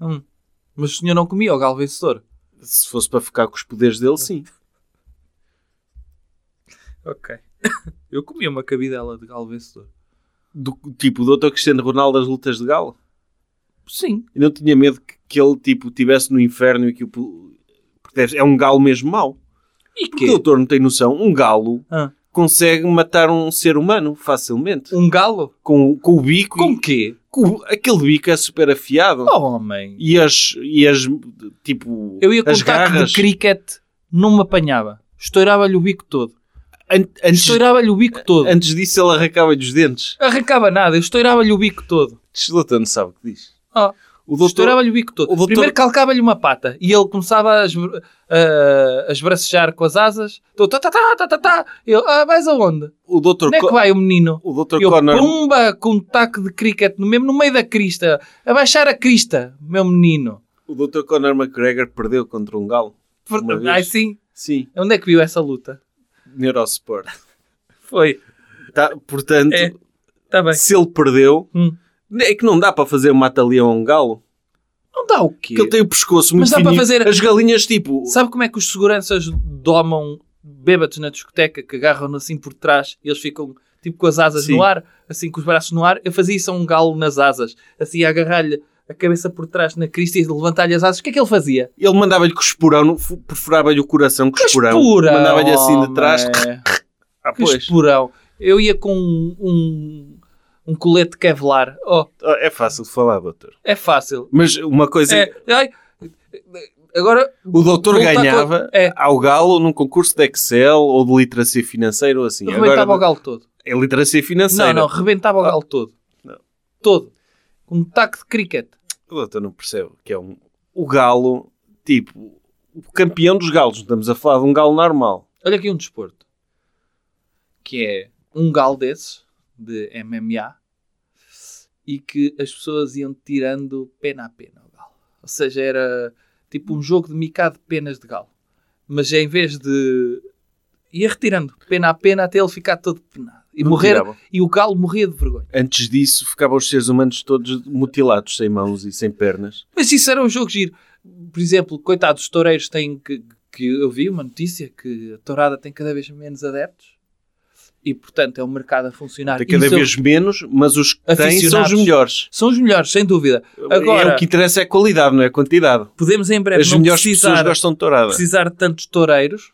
[SPEAKER 3] hum. Mas o senhor não comia o galo vencedor?
[SPEAKER 2] Se fosse para ficar com os poderes dele, sim.
[SPEAKER 3] Ok. eu comia uma cabidela de galo vencedor.
[SPEAKER 2] Do, tipo, o Dr. Cristiano Ronaldo das lutas de galo.
[SPEAKER 3] Sim.
[SPEAKER 2] Eu não tinha medo que, que ele, tipo, estivesse no inferno e que o... po- porque deve- É um galo mesmo mau.
[SPEAKER 3] E
[SPEAKER 2] Porque
[SPEAKER 3] quê?
[SPEAKER 2] o doutor não tem noção. Um galo
[SPEAKER 3] Ah.
[SPEAKER 2] consegue matar um ser humano facilmente.
[SPEAKER 3] Um galo?
[SPEAKER 2] Com, com o bico.
[SPEAKER 3] Com
[SPEAKER 2] e-
[SPEAKER 3] quê?
[SPEAKER 2] com- aquele bico é super afiado.
[SPEAKER 3] Oh, homem.
[SPEAKER 2] E as, e as, tipo,
[SPEAKER 3] Eu ia com
[SPEAKER 2] as
[SPEAKER 3] um taco
[SPEAKER 2] garras...
[SPEAKER 3] de cricket, não me apanhava. Estourava-lhe o bico todo.
[SPEAKER 2] An- antes,
[SPEAKER 3] Estourava-lhe o bico todo.
[SPEAKER 2] antes disso ele arrancava-lhe os dentes.
[SPEAKER 3] Arrancava nada, eu estourava-lhe o bico todo.
[SPEAKER 2] O doutor não sabe o que diz.
[SPEAKER 3] Ah,
[SPEAKER 2] O doutor...
[SPEAKER 3] Estourava-lhe o bico
[SPEAKER 2] o
[SPEAKER 3] todo.
[SPEAKER 2] doutor-
[SPEAKER 3] Primeiro calcava-lhe uma pata e ele começava a, esbra... a- a esbracejar com as asas. Então, tá, tá, tá, tá, tá, tá. Eu, ah, vais aonde?
[SPEAKER 2] O doutor...
[SPEAKER 3] Onde é que
[SPEAKER 2] Co-
[SPEAKER 3] vai o menino?
[SPEAKER 2] O doutor
[SPEAKER 3] Eu,
[SPEAKER 2] Connor...
[SPEAKER 3] pumba, com um taco de cricket no, mesmo no meio da crista. Abaixar a crista, meu menino.
[SPEAKER 2] O doutor Conor McGregor perdeu contra um galo. Uma vez.
[SPEAKER 3] Ai, sim.
[SPEAKER 2] Sim.
[SPEAKER 3] Onde é que viu essa luta?
[SPEAKER 2] Neurosport.
[SPEAKER 3] Foi.
[SPEAKER 2] Tá, portanto,
[SPEAKER 3] É, Está bem.
[SPEAKER 2] se ele perdeu...
[SPEAKER 3] Hum.
[SPEAKER 2] É que não dá para fazer um mata-leão a um galo.
[SPEAKER 3] Não dá o quê?
[SPEAKER 2] Porque ele tem o pescoço muito
[SPEAKER 3] Mas dá para
[SPEAKER 2] fininho.
[SPEAKER 3] fazer-
[SPEAKER 2] As galinhas, tipo...
[SPEAKER 3] Sabe como é que os seguranças domam bêbados na discoteca que agarram assim por trás e eles ficam tipo com as asas
[SPEAKER 2] Sim.
[SPEAKER 3] no ar, assim com os braços no ar? Eu fazia isso a um galo nas asas, assim a agarrar-lhe a cabeça por trás na crista e levantar-lhe as asas. O que é que ele fazia?
[SPEAKER 2] Ele mandava-lhe com o esporão, no- fu- perfurava-lhe o coração com o esporão.
[SPEAKER 3] Espurão,
[SPEAKER 2] Mandava-lhe assim de trás.
[SPEAKER 3] homem.
[SPEAKER 2] Ah,
[SPEAKER 3] Que
[SPEAKER 2] pois.
[SPEAKER 3] esporão. Eu ia com um, um, um colete Kevlar. Oh,
[SPEAKER 2] Ah, É fácil de falar, doutor.
[SPEAKER 3] é fácil.
[SPEAKER 2] Mas uma coisa...
[SPEAKER 3] É, ai, agora
[SPEAKER 2] O doutor
[SPEAKER 3] voltar com-
[SPEAKER 2] ganhava
[SPEAKER 3] é.
[SPEAKER 2] ao galo num concurso de Excel ou de literacia financeira ou assim.
[SPEAKER 3] rebentava o galo todo.
[SPEAKER 2] É literacia
[SPEAKER 3] Não,
[SPEAKER 2] financeira.
[SPEAKER 3] não, rebentava o
[SPEAKER 2] Ah.
[SPEAKER 3] galo todo.
[SPEAKER 2] Não.
[SPEAKER 3] Todo. Com um taco de cricket.
[SPEAKER 2] O doutor não percebe que é um... O galo, tipo... O campeão dos galos. Não estamos a falar de um galo normal.
[SPEAKER 3] Olha aqui um desporto. Que é um galo desses, de MMA, e que as pessoas iam tirando pena a pena o galo. Ou seja, era tipo um jogo de micado de penas de galo. Mas em vez de... Ia retirando pena a pena até ele ficar todo penado. E,
[SPEAKER 2] Não
[SPEAKER 3] morrer,
[SPEAKER 2] tirava.
[SPEAKER 3] e o galo morria de vergonha.
[SPEAKER 2] Antes disso, ficavam os seres humanos todos mutilados, sem mãos e sem pernas.
[SPEAKER 3] Mas isso era um jogo giro. Por exemplo, coitados, os toureiros têm que, que. Eu vi uma notícia que a tourada tem cada vez menos adeptos e, portanto, é um mercado a funcionar.
[SPEAKER 2] Tem cada
[SPEAKER 3] E são-
[SPEAKER 2] vez menos, mas os que têm são os
[SPEAKER 3] Aficionados.
[SPEAKER 2] melhores.
[SPEAKER 3] São os melhores, sem dúvida. Agora,
[SPEAKER 2] é, o que interessa é a qualidade, não é a quantidade.
[SPEAKER 3] podemos em breve
[SPEAKER 2] As
[SPEAKER 3] não
[SPEAKER 2] melhores pessoas
[SPEAKER 3] precisar,
[SPEAKER 2] gostam é? de tourada.
[SPEAKER 3] precisar de tantos toureiros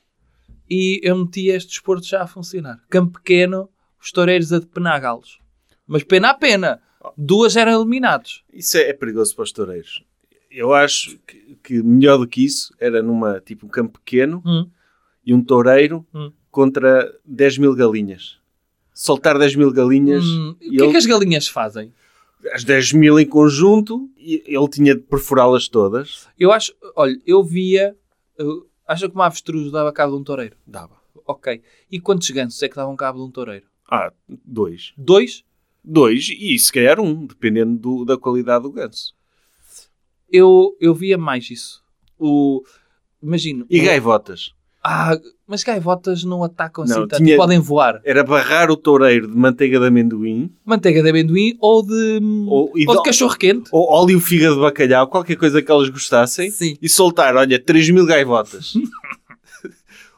[SPEAKER 3] e eu meti este desporto já a funcionar. Campo pequeno, os toureiros a depenar galos. Mas pena a pena. Duas eram eliminados.
[SPEAKER 2] Isso é, é perigoso para os toureiros. Eu acho que, que melhor do que isso era numa, tipo, um campo pequeno
[SPEAKER 3] Hum.
[SPEAKER 2] e um toureiro
[SPEAKER 3] Hum.
[SPEAKER 2] contra 10 mil galinhas. Soltar 10 mil galinhas,
[SPEAKER 3] Hum, o que
[SPEAKER 2] ele-
[SPEAKER 3] é que as galinhas fazem?
[SPEAKER 2] as 10 mil em conjunto, e ele tinha de perfurá-las todas.
[SPEAKER 3] Eu acho, olha, eu via. eu- acha que uma avestruz dava cabo de um toureiro?
[SPEAKER 2] Dava.
[SPEAKER 3] Ok. E quantos gansos é que davam cabo de um toureiro?
[SPEAKER 2] Ah, dois.
[SPEAKER 3] Dois?
[SPEAKER 2] Dois e se calhar um, dependendo do- da qualidade do ganso.
[SPEAKER 3] Eu, eu via mais isso. O. Imagino.
[SPEAKER 2] E
[SPEAKER 3] o-
[SPEAKER 2] gaivotas.
[SPEAKER 3] Ah, mas gaivotas não atacam
[SPEAKER 2] Não,
[SPEAKER 3] assim tanto.
[SPEAKER 2] tinha-
[SPEAKER 3] Podem voar.
[SPEAKER 2] Era barrar o toureiro de manteiga de amendoim
[SPEAKER 3] Manteiga de amendoim ou de. hum, Ou,
[SPEAKER 2] Ou- e
[SPEAKER 3] de
[SPEAKER 2] do-
[SPEAKER 3] cachorro quente.
[SPEAKER 2] ou óleo fígado de bacalhau, qualquer coisa que elas gostassem,
[SPEAKER 3] Sim.
[SPEAKER 2] e soltar, olha, 3 mil gaivotas.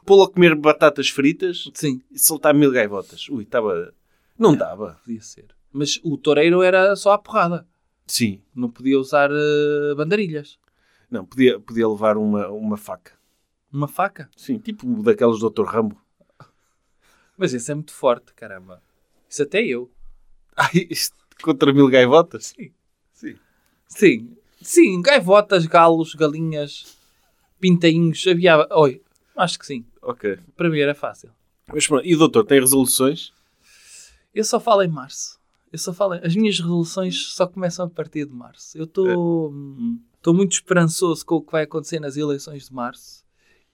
[SPEAKER 2] Pô-lo a comer batatas fritas
[SPEAKER 3] Sim,
[SPEAKER 2] e soltar mil gaivotas. Ui, estava... Não dava.
[SPEAKER 3] podia ser. Mas o toureiro era só à porrada.
[SPEAKER 2] Sim.
[SPEAKER 3] Não podia usar eh, bandarilhas.
[SPEAKER 2] Não, podia, podia levar uma, uma faca.
[SPEAKER 3] Uma faca.
[SPEAKER 2] Sim, tipo daquelas do Dr. Rambo.
[SPEAKER 3] Mas esse é muito forte, caramba. Isso até eu.
[SPEAKER 2] Ai, isto, contra mil gaivotas?
[SPEAKER 3] Sim.
[SPEAKER 2] Sim.
[SPEAKER 3] Sim, sim, gaivotas, galos, galinhas, pintainhos, havia. Oi, acho que sim.
[SPEAKER 2] Ok.
[SPEAKER 3] Para mim era fácil.
[SPEAKER 2] Mas pronto, e o doutor tem resoluções?
[SPEAKER 3] Eu só falo em março. Eu só falo em... As minhas resoluções só começam a partir de março. Eu estou estou muito esperançoso com o que vai acontecer nas eleições de março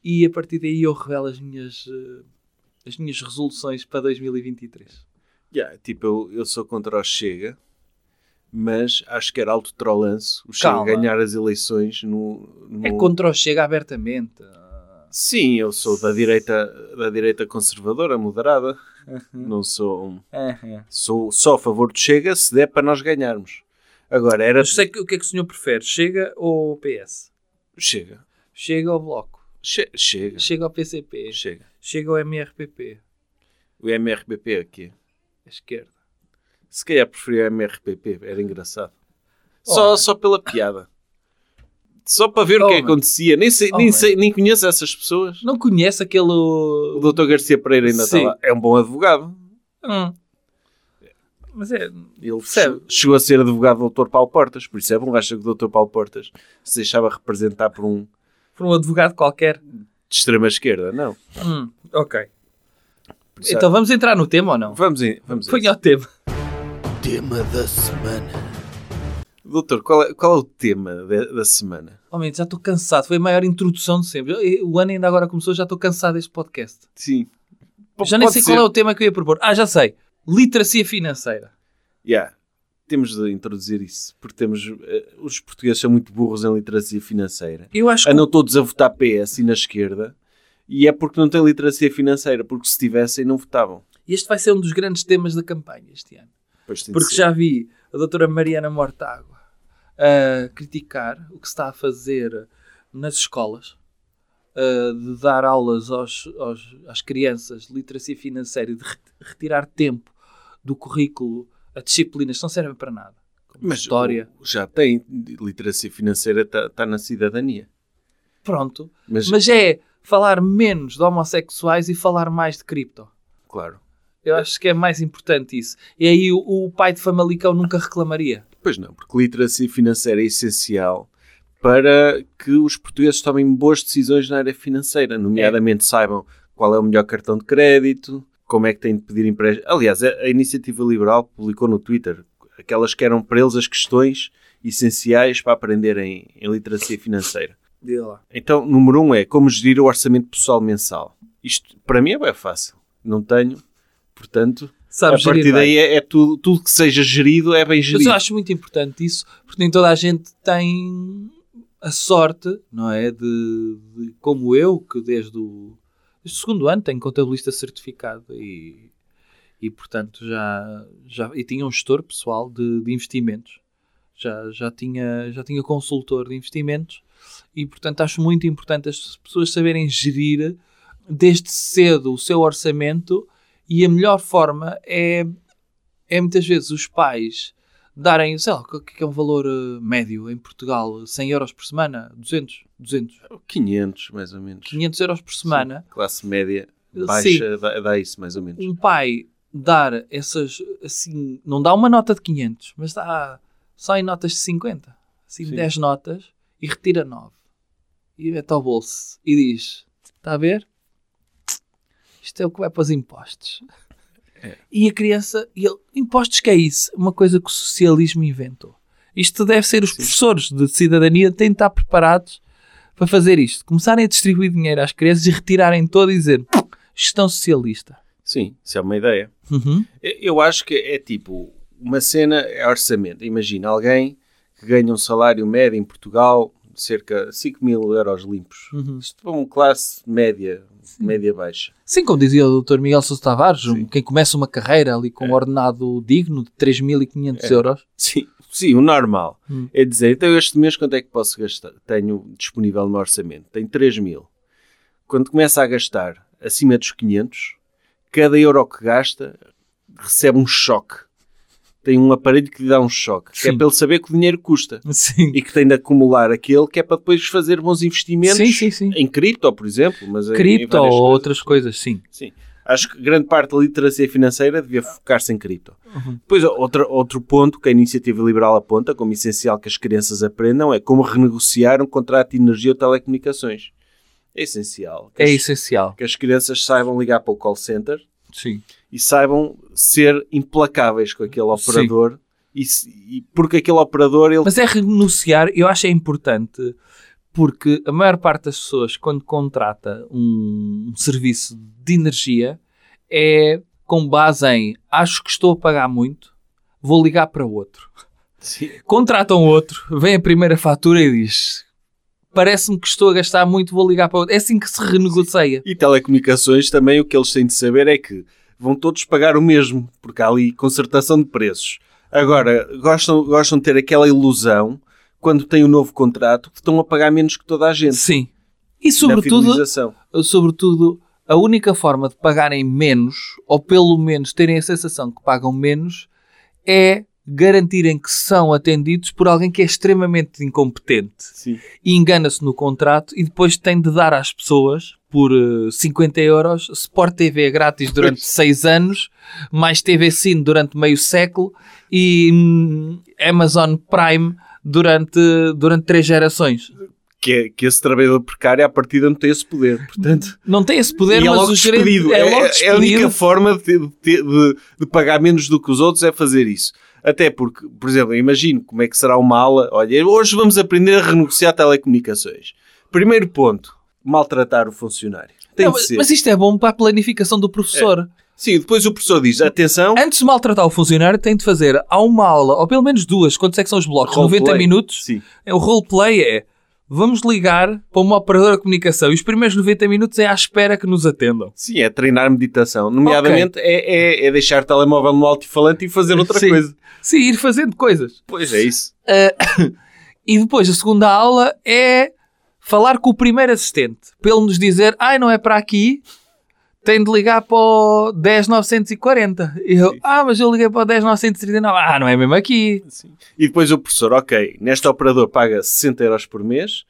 [SPEAKER 3] e a partir daí eu revelo as minhas, eh, as minhas resoluções para 2023.
[SPEAKER 2] Yeah, tipo, eu, eu sou contra o Chega, mas acho que era alto trolanço o Chega
[SPEAKER 3] Calma.
[SPEAKER 2] ganhar as eleições no... no...
[SPEAKER 3] É contra o Chega abertamente.
[SPEAKER 2] Sim, eu sou da direita, da direita conservadora, moderada.
[SPEAKER 3] Uhum.
[SPEAKER 2] Não sou. um- Sou só a favor do Chega se der para nós ganharmos. Agora era.
[SPEAKER 3] Mas sei que, o que é que o senhor prefere, Chega ou PS?
[SPEAKER 2] Chega.
[SPEAKER 3] Chega ao Bloco?
[SPEAKER 2] Che- chega.
[SPEAKER 3] Chega ao PCP,
[SPEAKER 2] Chega.
[SPEAKER 3] chega ao MRPP,
[SPEAKER 2] O MRPP aqui.
[SPEAKER 3] à esquerda.
[SPEAKER 2] Se calhar preferia o MRPP, era engraçado.
[SPEAKER 3] Oh,
[SPEAKER 2] Só, só pela piada. Só para ver o que é que
[SPEAKER 3] Homem.
[SPEAKER 2] acontecia. Nem, sei,
[SPEAKER 3] Oh,
[SPEAKER 2] nem,
[SPEAKER 3] man.
[SPEAKER 2] sei, nem conheço essas pessoas.
[SPEAKER 3] Não conhece aquele.
[SPEAKER 2] O Dr. Garcia Pereira ainda está
[SPEAKER 3] Sim.
[SPEAKER 2] lá. É um bom advogado.
[SPEAKER 3] Hum. Mas é.
[SPEAKER 2] Ele
[SPEAKER 3] Percebe?
[SPEAKER 2] che- chegou a ser advogado do Dr. Paulo Portas, por isso é bom acha que o Dr. Paulo Portas se deixava representar por um
[SPEAKER 3] Por um advogado qualquer.
[SPEAKER 2] de extrema esquerda, não.
[SPEAKER 3] Hum, ok.
[SPEAKER 2] Por isso
[SPEAKER 3] Então vamos entrar no tema ou não?
[SPEAKER 2] é- vamos em, vamos em.
[SPEAKER 3] Foi ao tema.
[SPEAKER 1] Tema da semana.
[SPEAKER 2] Doutor, qual é, qual é o tema de- da semana?
[SPEAKER 3] Homem, já estou cansado. Foi a maior introdução de sempre. Eu- O ano ainda agora começou, já estou cansado deste podcast.
[SPEAKER 2] Sim.
[SPEAKER 3] já nem sei qual é o tema que eu ia propor. Ah, já sei. Literacia financeira.
[SPEAKER 2] Yeah. Temos de introduzir isso, porque temos eh, os portugueses são muito burros em literacia financeira.
[SPEAKER 3] Eu acho que.
[SPEAKER 2] Andam todos a votar PS e na esquerda, e é porque não têm literacia financeira, porque se tivessem não votavam.
[SPEAKER 3] Este vai ser um dos grandes temas da campanha este ano.
[SPEAKER 2] Pois tem de
[SPEAKER 3] Porque
[SPEAKER 2] ser.
[SPEAKER 3] já vi a doutora Mariana Mortágua, a criticar o que se está a fazer nas escolas, ah, de dar aulas aos, aos- às crianças de literacia financeira, e de re- retirar tempo do currículo a disciplinas que não servem para nada. Como
[SPEAKER 2] Mas
[SPEAKER 3] história.
[SPEAKER 2] o- já tem literacia financeira, está na cidadania.
[SPEAKER 3] Pronto.
[SPEAKER 2] Mas,
[SPEAKER 3] Mas é falar menos de homossexuais e falar mais de cripto.
[SPEAKER 2] claro,
[SPEAKER 3] Eu acho que é mais importante isso. E aí o, o pai de Famalicão nunca reclamaria.
[SPEAKER 2] pois não, porque literacia financeira é essencial para que os portugueses tomem boas decisões na área financeira, nomeadamente saibam qual é o melhor cartão de crédito, como é que têm de pedir empréstimo. Aliás, a, a Iniciativa Liberal publicou no Twitter aquelas que eram para eles as questões essenciais para aprenderem em literacia financeira.
[SPEAKER 3] Diga lá.
[SPEAKER 2] Então, número um é como gerir o orçamento pessoal mensal. Isto, para mim, é bem fácil. Não tenho, portanto,
[SPEAKER 3] Sabe
[SPEAKER 2] a partir daí é, é tudo, tudo que seja gerido é bem
[SPEAKER 3] Mas
[SPEAKER 2] gerido.
[SPEAKER 3] eu acho muito importante isso, porque nem toda a gente tem a sorte, não é? De, de- como eu, que desde o, desde o segundo ano tenho contabilista certificado e, e portanto, já, já e tinha um gestor pessoal de, de investimentos. Já, já, tinha, já tinha consultor de investimentos e, portanto, acho muito importante as pessoas saberem gerir desde cedo o seu orçamento e a melhor forma é, é muitas vezes os pais darem, sei lá, o que que é um valor eh, médio em Portugal? 100 euros por semana? 200? 200?
[SPEAKER 2] 500, Oh, mais ou menos.
[SPEAKER 3] 500 euros por semana?
[SPEAKER 2] Classe média
[SPEAKER 3] Sim.
[SPEAKER 2] baixa dá, dá isso, mais ou menos.
[SPEAKER 3] Um pai dar essas, assim, não dá uma nota de 500, mas dá só em notas de 50. Assim,
[SPEAKER 2] Sim.
[SPEAKER 3] 10 notas e retira 9. E mete ao bolso e diz, está a ver? Isto é o que vai para os impostos.
[SPEAKER 2] É.
[SPEAKER 3] E a criança, e ele, impostos que é isso? Uma coisa que o socialismo inventou. Isto deve ser os professores de cidadania têm de estar preparados para fazer isto. Começarem a distribuir dinheiro às crianças e retirarem todo e dizer gestão um socialista.
[SPEAKER 2] Sim, isso é uma ideia.
[SPEAKER 3] Uhum.
[SPEAKER 2] Eu- Eu acho que é tipo, uma cena é orçamento. Imagina alguém que ganha um salário médio em Portugal de cerca de 5 mil euros limpos.
[SPEAKER 3] Uhum.
[SPEAKER 2] Isto para uma classe média, média baixa.
[SPEAKER 3] Sim, como dizia o Dr. Miguel Sousa Tavares, um- quem começa uma carreira ali com um ordenado digno de 3.500 euros.
[SPEAKER 2] Sim, sim, o normal.
[SPEAKER 3] Hum.
[SPEAKER 2] É dizer, então este mês quanto é que posso gastar? Tenho disponível no orçamento. Tenho 3 mil. Quando começa a gastar acima dos 500, cada euro que gasta recebe um choque. Tem um aparelho que lhe dá um choque. Que é
[SPEAKER 3] Sim.
[SPEAKER 2] para ele saber que o dinheiro custa.
[SPEAKER 3] Sim.
[SPEAKER 2] E que tem de acumular aquele que é para depois fazer bons investimentos.
[SPEAKER 3] Sim, sim, sim.
[SPEAKER 2] Em cripto, por exemplo. Mas em- em
[SPEAKER 3] Cripto
[SPEAKER 2] várias
[SPEAKER 3] ou
[SPEAKER 2] coisas.
[SPEAKER 3] outras coisas, sim.
[SPEAKER 2] Sim. Acho que grande parte da literacia financeira devia focar-se em cripto.
[SPEAKER 3] Uhum.
[SPEAKER 2] Depois, outro, outro ponto que a iniciativa liberal aponta como essencial que as crianças aprendam é como renegociar um contrato de energia ou telecomunicações. É essencial. Que
[SPEAKER 3] É
[SPEAKER 2] as-
[SPEAKER 3] essencial.
[SPEAKER 2] Que as crianças saibam ligar para o call center
[SPEAKER 3] Sim.
[SPEAKER 2] e saibam ser implacáveis com aquele
[SPEAKER 3] Sim.
[SPEAKER 2] operador. E, se- e porque aquele operador, ele...
[SPEAKER 3] Mas é renunciar, eu acho é importante, porque a maior parte das pessoas, quando contrata um, um serviço de energia, é com base em acho que estou a pagar muito, vou ligar para outro.
[SPEAKER 2] Sim.
[SPEAKER 3] contratam um outro, vem a primeira fatura e diz: Parece-me que estou a gastar muito, vou ligar para outro. É assim que se renegocia.
[SPEAKER 2] E telecomunicações também, o que eles têm de saber é que vão todos pagar o mesmo, porque há ali concertação de preços. Agora, gostam, gostam de ter aquela ilusão, quando têm o novo contrato, que estão a pagar menos que toda a gente.
[SPEAKER 3] Sim. E
[SPEAKER 2] na
[SPEAKER 3] sobretudo,
[SPEAKER 2] fidelização.
[SPEAKER 3] sobretudo, a única forma de pagarem menos, ou pelo menos terem a sensação que pagam menos, é garantirem que são atendidos por alguém que é extremamente incompetente.
[SPEAKER 2] Sim.
[SPEAKER 3] e engana-se no contrato e depois tem de dar às pessoas por eh, 50 euros Sport TV grátis durante 6 anos, mais TV Cine durante meio século e hum, Amazon Prime durante, durante 3 gerações.
[SPEAKER 2] Que, é- que esse trabalhador precário, à partida, não tem esse poder. Portanto,
[SPEAKER 3] Não tem esse poder,
[SPEAKER 2] e é
[SPEAKER 3] mas
[SPEAKER 2] logo
[SPEAKER 3] o gerente
[SPEAKER 2] despedido.
[SPEAKER 3] é logo
[SPEAKER 2] a
[SPEAKER 3] despedido.
[SPEAKER 2] única forma de, ter- de ter- de- de pagar menos do que os outros é fazer isso. Até porque, por exemplo, eu imagino como é que será uma aula. Olha, hoje vamos aprender a renegociar telecomunicações. Primeiro ponto, maltratar o funcionário. Tem
[SPEAKER 3] Não,
[SPEAKER 2] de
[SPEAKER 3] mas,
[SPEAKER 2] ser. Então-
[SPEAKER 3] mas isto é bom para a planificação do professor.
[SPEAKER 2] Sim, depois o professor diz, atenção,
[SPEAKER 3] Antes de maltratar o funcionário, tem de fazer há uma aula, ou pelo menos duas, quantos é que são os blocos?
[SPEAKER 2] Roleplay.
[SPEAKER 3] 90 minutos?
[SPEAKER 2] Sim.
[SPEAKER 3] É, O roleplay é vamos ligar para uma operadora de comunicação e os primeiros 90 minutos é à espera que nos atendam.
[SPEAKER 2] Sim, é treinar meditação. Nomeadamente, é, é- é deixar o telemóvel no alto-falante e fazer outra
[SPEAKER 3] Sim.
[SPEAKER 2] coisa.
[SPEAKER 3] Sim, ir fazendo coisas.
[SPEAKER 2] Pois é isso.
[SPEAKER 3] E depois a segunda aula é falar com o primeiro assistente, para ele nos dizer, ai, não é para aqui, tem de ligar para o 10940. E eu,
[SPEAKER 2] Sim.
[SPEAKER 3] ah, mas eu liguei para o 10939. Ah, não é mesmo aqui.
[SPEAKER 2] E depois o professor, ok, nesta operador paga 60 euros por mês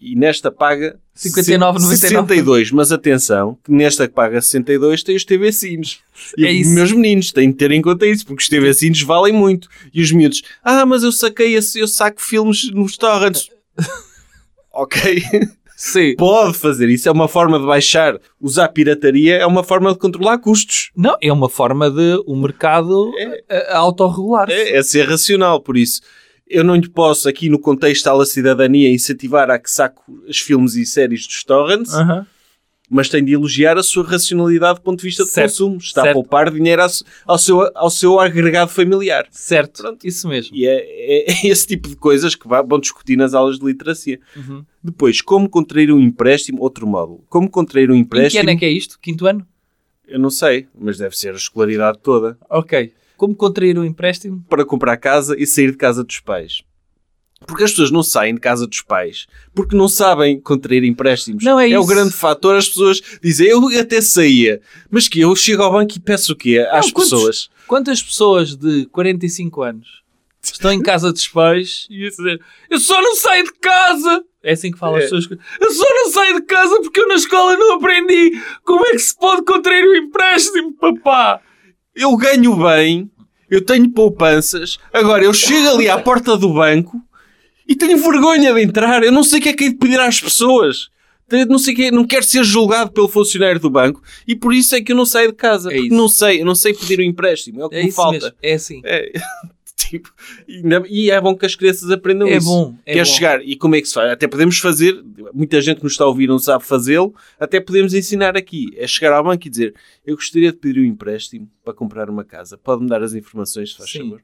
[SPEAKER 2] e nesta paga
[SPEAKER 3] 59,99.
[SPEAKER 2] 62. Mas atenção, que nesta que paga 62 tem os TV Sinos. E
[SPEAKER 3] É isso.
[SPEAKER 2] meus meninos têm de ter em conta isso, porque os TV Sinos valem muito. E os miúdos, ah, mas eu saquei, esse, eu saco filmes nos torrents. ok,
[SPEAKER 3] Sim.
[SPEAKER 2] pode fazer isso. É uma forma de baixar. Usar pirataria é uma forma de controlar custos.
[SPEAKER 3] Não, é uma forma de o mercado
[SPEAKER 2] É.
[SPEAKER 3] eh, autorregular-se.
[SPEAKER 2] É, é ser racional, por isso. Eu não lhe posso, aqui no contexto da cidadania, incentivar a que saco os filmes e séries dos torrents,
[SPEAKER 3] Aham.
[SPEAKER 2] mas tenho de elogiar a sua racionalidade do ponto de vista de
[SPEAKER 3] Certo,
[SPEAKER 2] consumo. Está a
[SPEAKER 3] certo.
[SPEAKER 2] poupar dinheiro ao, se- ao seu, ao seu agregado familiar.
[SPEAKER 3] Certo, isso mesmo.
[SPEAKER 2] E é, é- é esse tipo de coisas que vá- vão discutir nas aulas de literacia.
[SPEAKER 3] Uhum.
[SPEAKER 2] Depois, como contrair um empréstimo, outro módulo. Como contrair um
[SPEAKER 3] Em que
[SPEAKER 2] empréstimo,
[SPEAKER 3] ano é que é isto? Quinto ano?
[SPEAKER 2] eu não sei, mas deve ser a escolaridade toda.
[SPEAKER 3] Ok. Como contrair um empréstimo?
[SPEAKER 2] para comprar casa e sair de casa dos pais. Porque as pessoas não saem de casa dos pais porque não sabem contrair empréstimos.
[SPEAKER 3] Não, é isso.
[SPEAKER 2] o grande fator. As pessoas dizem, eu até saía, mas que eu chego ao banco e peço o quê? Às
[SPEAKER 3] quantos-
[SPEAKER 2] pessoas.
[SPEAKER 3] Quantas pessoas de 45 anos estão em casa dos pais e a dizer eu só não saio de casa? É assim que falam as
[SPEAKER 2] É.
[SPEAKER 3] pessoas. Eu só não saio de casa porque eu na escola não aprendi como é que se pode contrair um empréstimo, papá.
[SPEAKER 2] Eu ganho bem, eu tenho poupanças, agora eu chego ali à porta do banco e tenho vergonha de entrar. Eu não sei o que é que hei de pedir às pessoas. Eu Não, sei o que, é- não quero ser julgado pelo funcionário do banco e por isso é que eu não saio de casa.
[SPEAKER 3] É
[SPEAKER 2] porque
[SPEAKER 3] isso.
[SPEAKER 2] não sei, eu não sei pedir o empréstimo. É o que
[SPEAKER 3] É
[SPEAKER 2] me
[SPEAKER 3] isso
[SPEAKER 2] falta.
[SPEAKER 3] mesmo. É assim.
[SPEAKER 2] É, tipo, e, ainda- e é bom que as crianças aprendam
[SPEAKER 3] É
[SPEAKER 2] Então, isso.
[SPEAKER 3] bom. É
[SPEAKER 2] Quer
[SPEAKER 3] bom.
[SPEAKER 2] chegar, e como é que se faz? Até podemos fazer, muita gente que nos está a ouvir não sabe fazê-lo, até podemos ensinar aqui. É chegar ao banco e dizer: Eu gostaria de pedir um empréstimo para comprar uma casa. Pode-me dar as informações, se faz
[SPEAKER 3] Sim.
[SPEAKER 2] favor.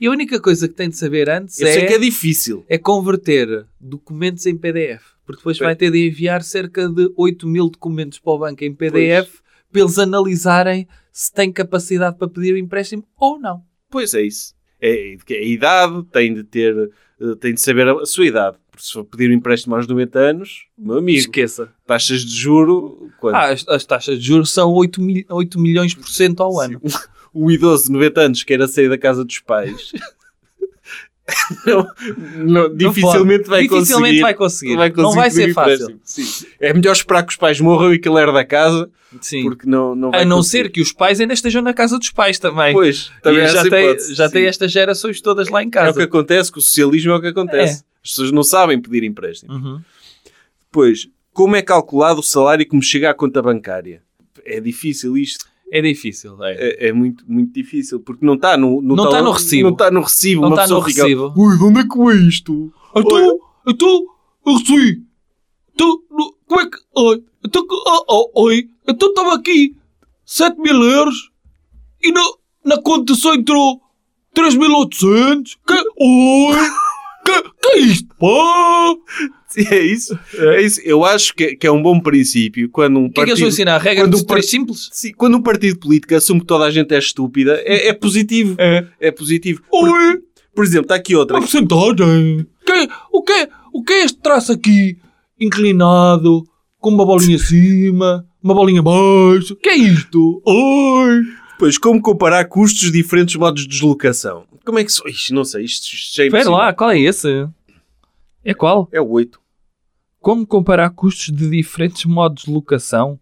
[SPEAKER 3] E a única coisa que tem de saber antes
[SPEAKER 2] Eu sei que
[SPEAKER 3] é,
[SPEAKER 2] é difícil.
[SPEAKER 3] é converter documentos em PDF. Porque depois
[SPEAKER 2] Pois.
[SPEAKER 3] vai ter de enviar cerca de 8 mil documentos para o banco em PDF para eles analisarem se tem capacidade para pedir o empréstimo ou não.
[SPEAKER 2] Pois é isso. É, é a idade, tem de ter, eh, tem de saber a, a sua idade. Porque se for pedir um empréstimo aos 90 anos, meu amigo,
[SPEAKER 3] Esqueça.
[SPEAKER 2] taxas de juro, quanto?
[SPEAKER 3] Ah, as, as taxas de juros são 8, mil, 8 milhões por cento ao ano.
[SPEAKER 2] um idoso de 90 anos queira sair da casa dos pais, não- não-
[SPEAKER 3] Não
[SPEAKER 2] dificilmente,
[SPEAKER 3] pode.
[SPEAKER 2] vai,
[SPEAKER 3] Dificilmente
[SPEAKER 2] conseguir,
[SPEAKER 3] vai conseguir.
[SPEAKER 2] conseguir
[SPEAKER 3] Não vai
[SPEAKER 2] pedir um
[SPEAKER 3] ser fácil.
[SPEAKER 2] empréstimo. Sim. É melhor esperar que os pais morram e que ele herda da casa,
[SPEAKER 3] Sim.
[SPEAKER 2] porque não, não vai
[SPEAKER 3] A não
[SPEAKER 2] conseguir.
[SPEAKER 3] ser que os pais ainda estejam na casa dos pais também.
[SPEAKER 2] Pois, também
[SPEAKER 3] E
[SPEAKER 2] há
[SPEAKER 3] já
[SPEAKER 2] essa
[SPEAKER 3] tem,
[SPEAKER 2] hipótese,
[SPEAKER 3] já
[SPEAKER 2] sim.
[SPEAKER 3] tem estas gerações todas lá
[SPEAKER 2] É
[SPEAKER 3] em
[SPEAKER 2] o que
[SPEAKER 3] casa.
[SPEAKER 2] acontece, que o socialismo é o que acontece. As pessoas não sabem pedir empréstimo.
[SPEAKER 3] Uhum.
[SPEAKER 2] Depois, como é calculado o salário que me chega à conta bancária? É difícil isto.
[SPEAKER 3] É difícil. é.
[SPEAKER 2] É, é muito, muito difícil, porque não está no,
[SPEAKER 3] Não está no recibo.
[SPEAKER 2] Não está no recibo.
[SPEAKER 3] Não
[SPEAKER 2] Uma
[SPEAKER 3] está no
[SPEAKER 2] pessoa fica,
[SPEAKER 3] recibo.
[SPEAKER 2] Ui, de onde é que é isto? Olha,
[SPEAKER 3] Então, então, eu recebi. Então, no- como é que. Oi, então, que- ah, ah, oi, então estava aqui 7 mil euros e na, na conta só entrou 3.800. Que. Oi, que, que é isto, pá?
[SPEAKER 2] Sim, é isso. É isso. Eu acho que, que é um bom princípio quando um
[SPEAKER 3] O que é que eles vão
[SPEAKER 2] partido...
[SPEAKER 3] ensinar? A regra
[SPEAKER 2] Quando
[SPEAKER 3] dos
[SPEAKER 2] o
[SPEAKER 3] três
[SPEAKER 2] par-
[SPEAKER 3] simples?
[SPEAKER 2] Sim, quando um partido político assume que toda a gente é estúpida, é, é positivo.
[SPEAKER 3] É.
[SPEAKER 2] É positivo. Por,
[SPEAKER 3] Oi,
[SPEAKER 2] por exemplo, está aqui outra.
[SPEAKER 3] uma porcentagem. Que- o, que é, o que é este traço aqui? Inclinado, com uma bolinha acima, uma bolinha abaixo. que é isto? Oi.
[SPEAKER 2] Pois, como comparar custos de diferentes modos de deslocação? Como é que... se- Ixi, não sei, isto, isto já é
[SPEAKER 3] Espera
[SPEAKER 2] impossível.
[SPEAKER 3] lá, qual é esse? É qual?
[SPEAKER 2] É o 8.
[SPEAKER 3] Como comparar custos de diferentes modos de locação?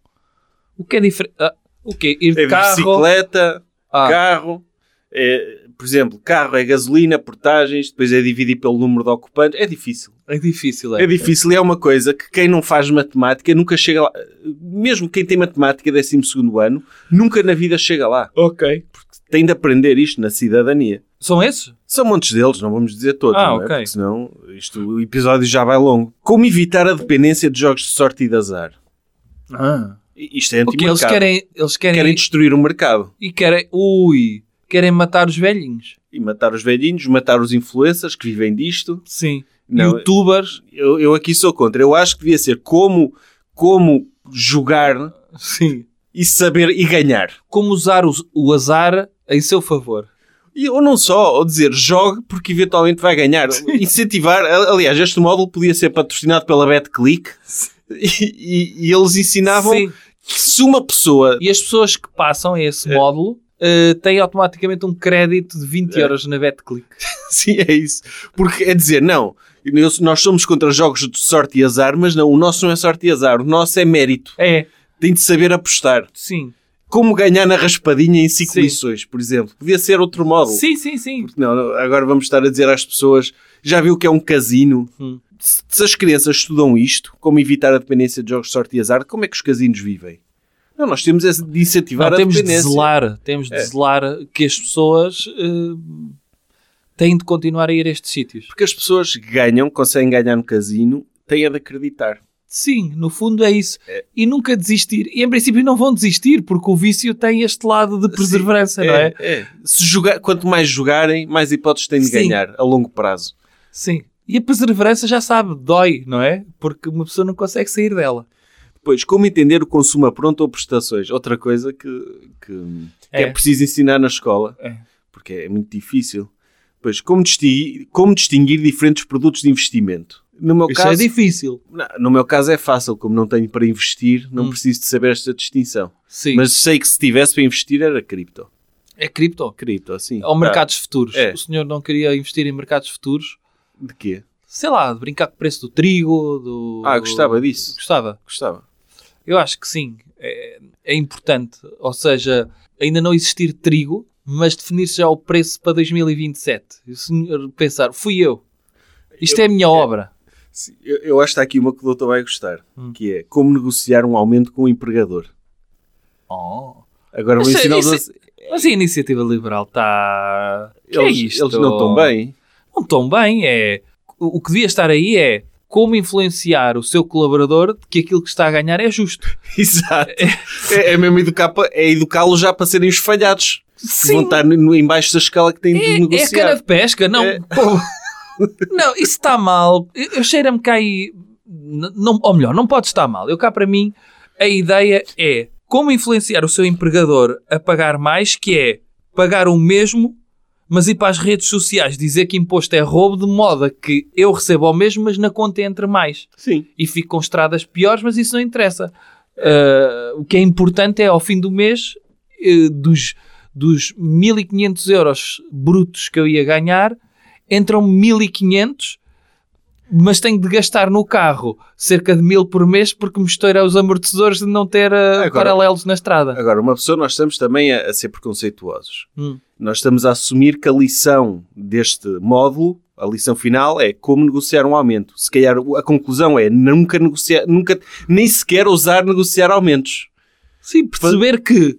[SPEAKER 3] O que é diferente? o quê? Ir de
[SPEAKER 2] É de
[SPEAKER 3] carro?
[SPEAKER 2] bicicleta,
[SPEAKER 3] Ah,
[SPEAKER 2] carro... é, por exemplo, carro é gasolina, portagens, depois é dividir pelo número de ocupantes. É difícil.
[SPEAKER 3] É difícil, é.
[SPEAKER 2] É difícil e é uma coisa que quem não faz matemática nunca chega lá. Mesmo quem tem matemática 12 ano, nunca na vida chega lá.
[SPEAKER 3] Ok.
[SPEAKER 2] Tem de aprender isto na cidadania.
[SPEAKER 3] São esses?
[SPEAKER 2] São montes deles, não vamos dizer todos,
[SPEAKER 3] Ah,
[SPEAKER 2] não é?
[SPEAKER 3] ok.
[SPEAKER 2] Porque senão isto, o episódio já vai longo. Como evitar a dependência de jogos de sorte e de azar?
[SPEAKER 3] Ah.
[SPEAKER 2] I- Isto é
[SPEAKER 3] Porque
[SPEAKER 2] antimercado.
[SPEAKER 3] eles querem, é eles querem,
[SPEAKER 2] Querem destruir o mercado
[SPEAKER 3] e querem, ui, querem matar os velhinhos.
[SPEAKER 2] e matar os velhinhos, matar os influencers que vivem disto.
[SPEAKER 3] Sim. é-
[SPEAKER 2] Não,
[SPEAKER 3] Youtubers.
[SPEAKER 2] eu, eu aqui sou contra. Eu acho que devia ser como, como jogar
[SPEAKER 3] Sim.
[SPEAKER 2] e saber e ganhar.
[SPEAKER 3] Como usar o, o azar em seu favor.
[SPEAKER 2] E, ou não só, ou dizer jogue porque eventualmente vai ganhar. Incentivar, a- aliás, este módulo podia ser patrocinado pela BetClick e, e- e eles ensinavam
[SPEAKER 3] Sim.
[SPEAKER 2] que se uma pessoa.
[SPEAKER 3] E as pessoas que passam esse módulo eh, têm automaticamente um crédito de 20 euros na BetClick.
[SPEAKER 2] Sim, é isso. Porque é dizer, não, eu- nós somos contra jogos de sorte e azar, mas não, o nosso não é sorte e azar, o nosso é mérito.
[SPEAKER 3] É,
[SPEAKER 2] Tem de saber apostar.
[SPEAKER 3] sim.
[SPEAKER 2] Como ganhar na raspadinha em 5
[SPEAKER 3] Sim.
[SPEAKER 2] lições, por exemplo. Podia ser outro módulo.
[SPEAKER 3] Sim, sim, sim.
[SPEAKER 2] Não, não, agora vamos estar a dizer às pessoas: já viu o que é um casino?
[SPEAKER 3] Hum.
[SPEAKER 2] Se, se as crianças estudam isto, como evitar a dependência de jogos de sorte e azar, como é que os casinos vivem? Não, nós temos é de incentivar
[SPEAKER 3] Não,
[SPEAKER 2] a
[SPEAKER 3] temos de
[SPEAKER 2] dependência.
[SPEAKER 3] zelar, temos de zelar que as pessoas eh, têm de continuar a ir a estes sítios.
[SPEAKER 2] Porque as pessoas ganham, conseguem ganhar no casino, têm é de acreditar.
[SPEAKER 3] Sim, no fundo é isso. E nunca desistir. E em princípio não vão desistir, porque o vício tem este lado de perseverança, não é?
[SPEAKER 2] Se jogar, quanto mais jogarem, mais hipóteses têm de
[SPEAKER 3] Sim.
[SPEAKER 2] ganhar a longo prazo.
[SPEAKER 3] Sim. E a perseverança já sabe, dói, não é? Porque uma pessoa não consegue sair dela.
[SPEAKER 2] Depois, como entender o consumo a pronto ou prestações? Outra coisa que, que, que é. preciso ensinar na escola,
[SPEAKER 3] É.
[SPEAKER 2] porque é muito difícil. Pois, como distinguir, como distinguir diferentes produtos de investimento? No meu,
[SPEAKER 3] Isso
[SPEAKER 2] caso,
[SPEAKER 3] é difícil.
[SPEAKER 2] Não, no meu caso é fácil, como não tenho para investir, não
[SPEAKER 3] Hum.
[SPEAKER 2] preciso de saber esta distinção.
[SPEAKER 3] Sim.
[SPEAKER 2] Mas sei que se tivesse para investir era cripto.
[SPEAKER 3] é cripto.
[SPEAKER 2] Cripto, assim.
[SPEAKER 3] Ou mercados futuros.
[SPEAKER 2] É.
[SPEAKER 3] O senhor não queria investir em mercados futuros.
[SPEAKER 2] Ah, De quê?
[SPEAKER 3] Sei lá, de brincar com o preço do trigo, do...
[SPEAKER 2] Ah, gostava disso.
[SPEAKER 3] Gostava.
[SPEAKER 2] Gostava.
[SPEAKER 3] Eu acho que sim. É, é importante. Ou seja, ainda não existir trigo, mas definir-se já o preço para 2027. E o senhor pensar, fui eu. Isto é a minha obra.
[SPEAKER 2] Sim, Eu, eu acho que está aqui uma que o doutor vai gostar,
[SPEAKER 3] Hum.
[SPEAKER 2] que é como negociar um aumento com o empregador.
[SPEAKER 3] Oh.
[SPEAKER 2] Agora vou
[SPEAKER 3] Mas,
[SPEAKER 2] ensinar os
[SPEAKER 3] isso- é-
[SPEAKER 2] outros-
[SPEAKER 3] Mas a iniciativa liberal está... Que é
[SPEAKER 2] eles,
[SPEAKER 3] isto?
[SPEAKER 2] eles não estão bem.
[SPEAKER 3] não estão bem. É, o o que devia estar aí é como influenciar o seu colaborador de que aquilo que está a ganhar é justo.
[SPEAKER 2] Exato. É, é mesmo educar, pa- é educá-los já para serem esfalhados. Que vão estar no, embaixo da escala que têm de
[SPEAKER 3] É, é a
[SPEAKER 2] negociar.
[SPEAKER 3] cana de pesca, não.
[SPEAKER 2] É.
[SPEAKER 3] pô. não, isso está mal. Eu, eu cheiro-me cá aí. n- Não, ou melhor, não pode estar mal. Eu cá para mim, a ideia é como influenciar o seu empregador a pagar mais, que é pagar o mesmo, mas ir para as redes sociais dizer que imposto é roubo, de modo a que eu recebo o mesmo, mas na conta entre mais.
[SPEAKER 2] Sim.
[SPEAKER 3] e fico com estradas piores, mas isso não interessa. Uh, o que é importante é, ao fim do mês, eh, dos, dos 1500 euros brutos que eu ia ganhar, entram 1500, mas tenho de gastar no carro cerca de 1000 por mês porque me estoura os amortecedores de não ter eh,
[SPEAKER 2] Agora-
[SPEAKER 3] paralelos na estrada.
[SPEAKER 2] Agora, uma pessoa, nós estamos também a, a ser preconceituosos.
[SPEAKER 3] Hum.
[SPEAKER 2] Nós estamos a assumir que a lição deste módulo, a lição final, é como negociar um aumento. Se calhar o- a conclusão é nunca negociar, nunca, nem sequer ousar negociar aumentos.
[SPEAKER 3] Sim, perceber que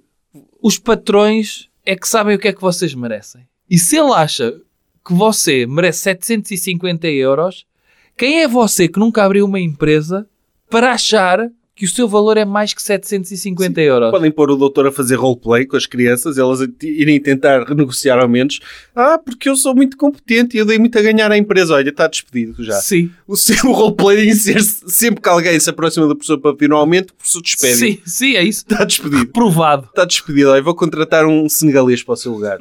[SPEAKER 3] os patrões é que sabem o que é que vocês merecem. E se ele acha que você merece 750 euros, quem é você que nunca abriu uma empresa para achar que o seu valor é mais que 750 euros?
[SPEAKER 2] Podem pôr o doutor a fazer roleplay com as crianças, elas a- irem tentar renegociar aumentos. Ah, porque eu sou muito competente e eu dei muito a ganhar à empresa. Olha, está despedido já.
[SPEAKER 3] Sim,
[SPEAKER 2] O seu roleplay é ser sempre que alguém se aproxima da pessoa para pedir um aumento, o professor despede.
[SPEAKER 3] sim, sim, é isso.
[SPEAKER 2] Está despedido.
[SPEAKER 3] Provado.
[SPEAKER 2] Está despedido. Olha, vou contratar um senegalês para o seu lugar.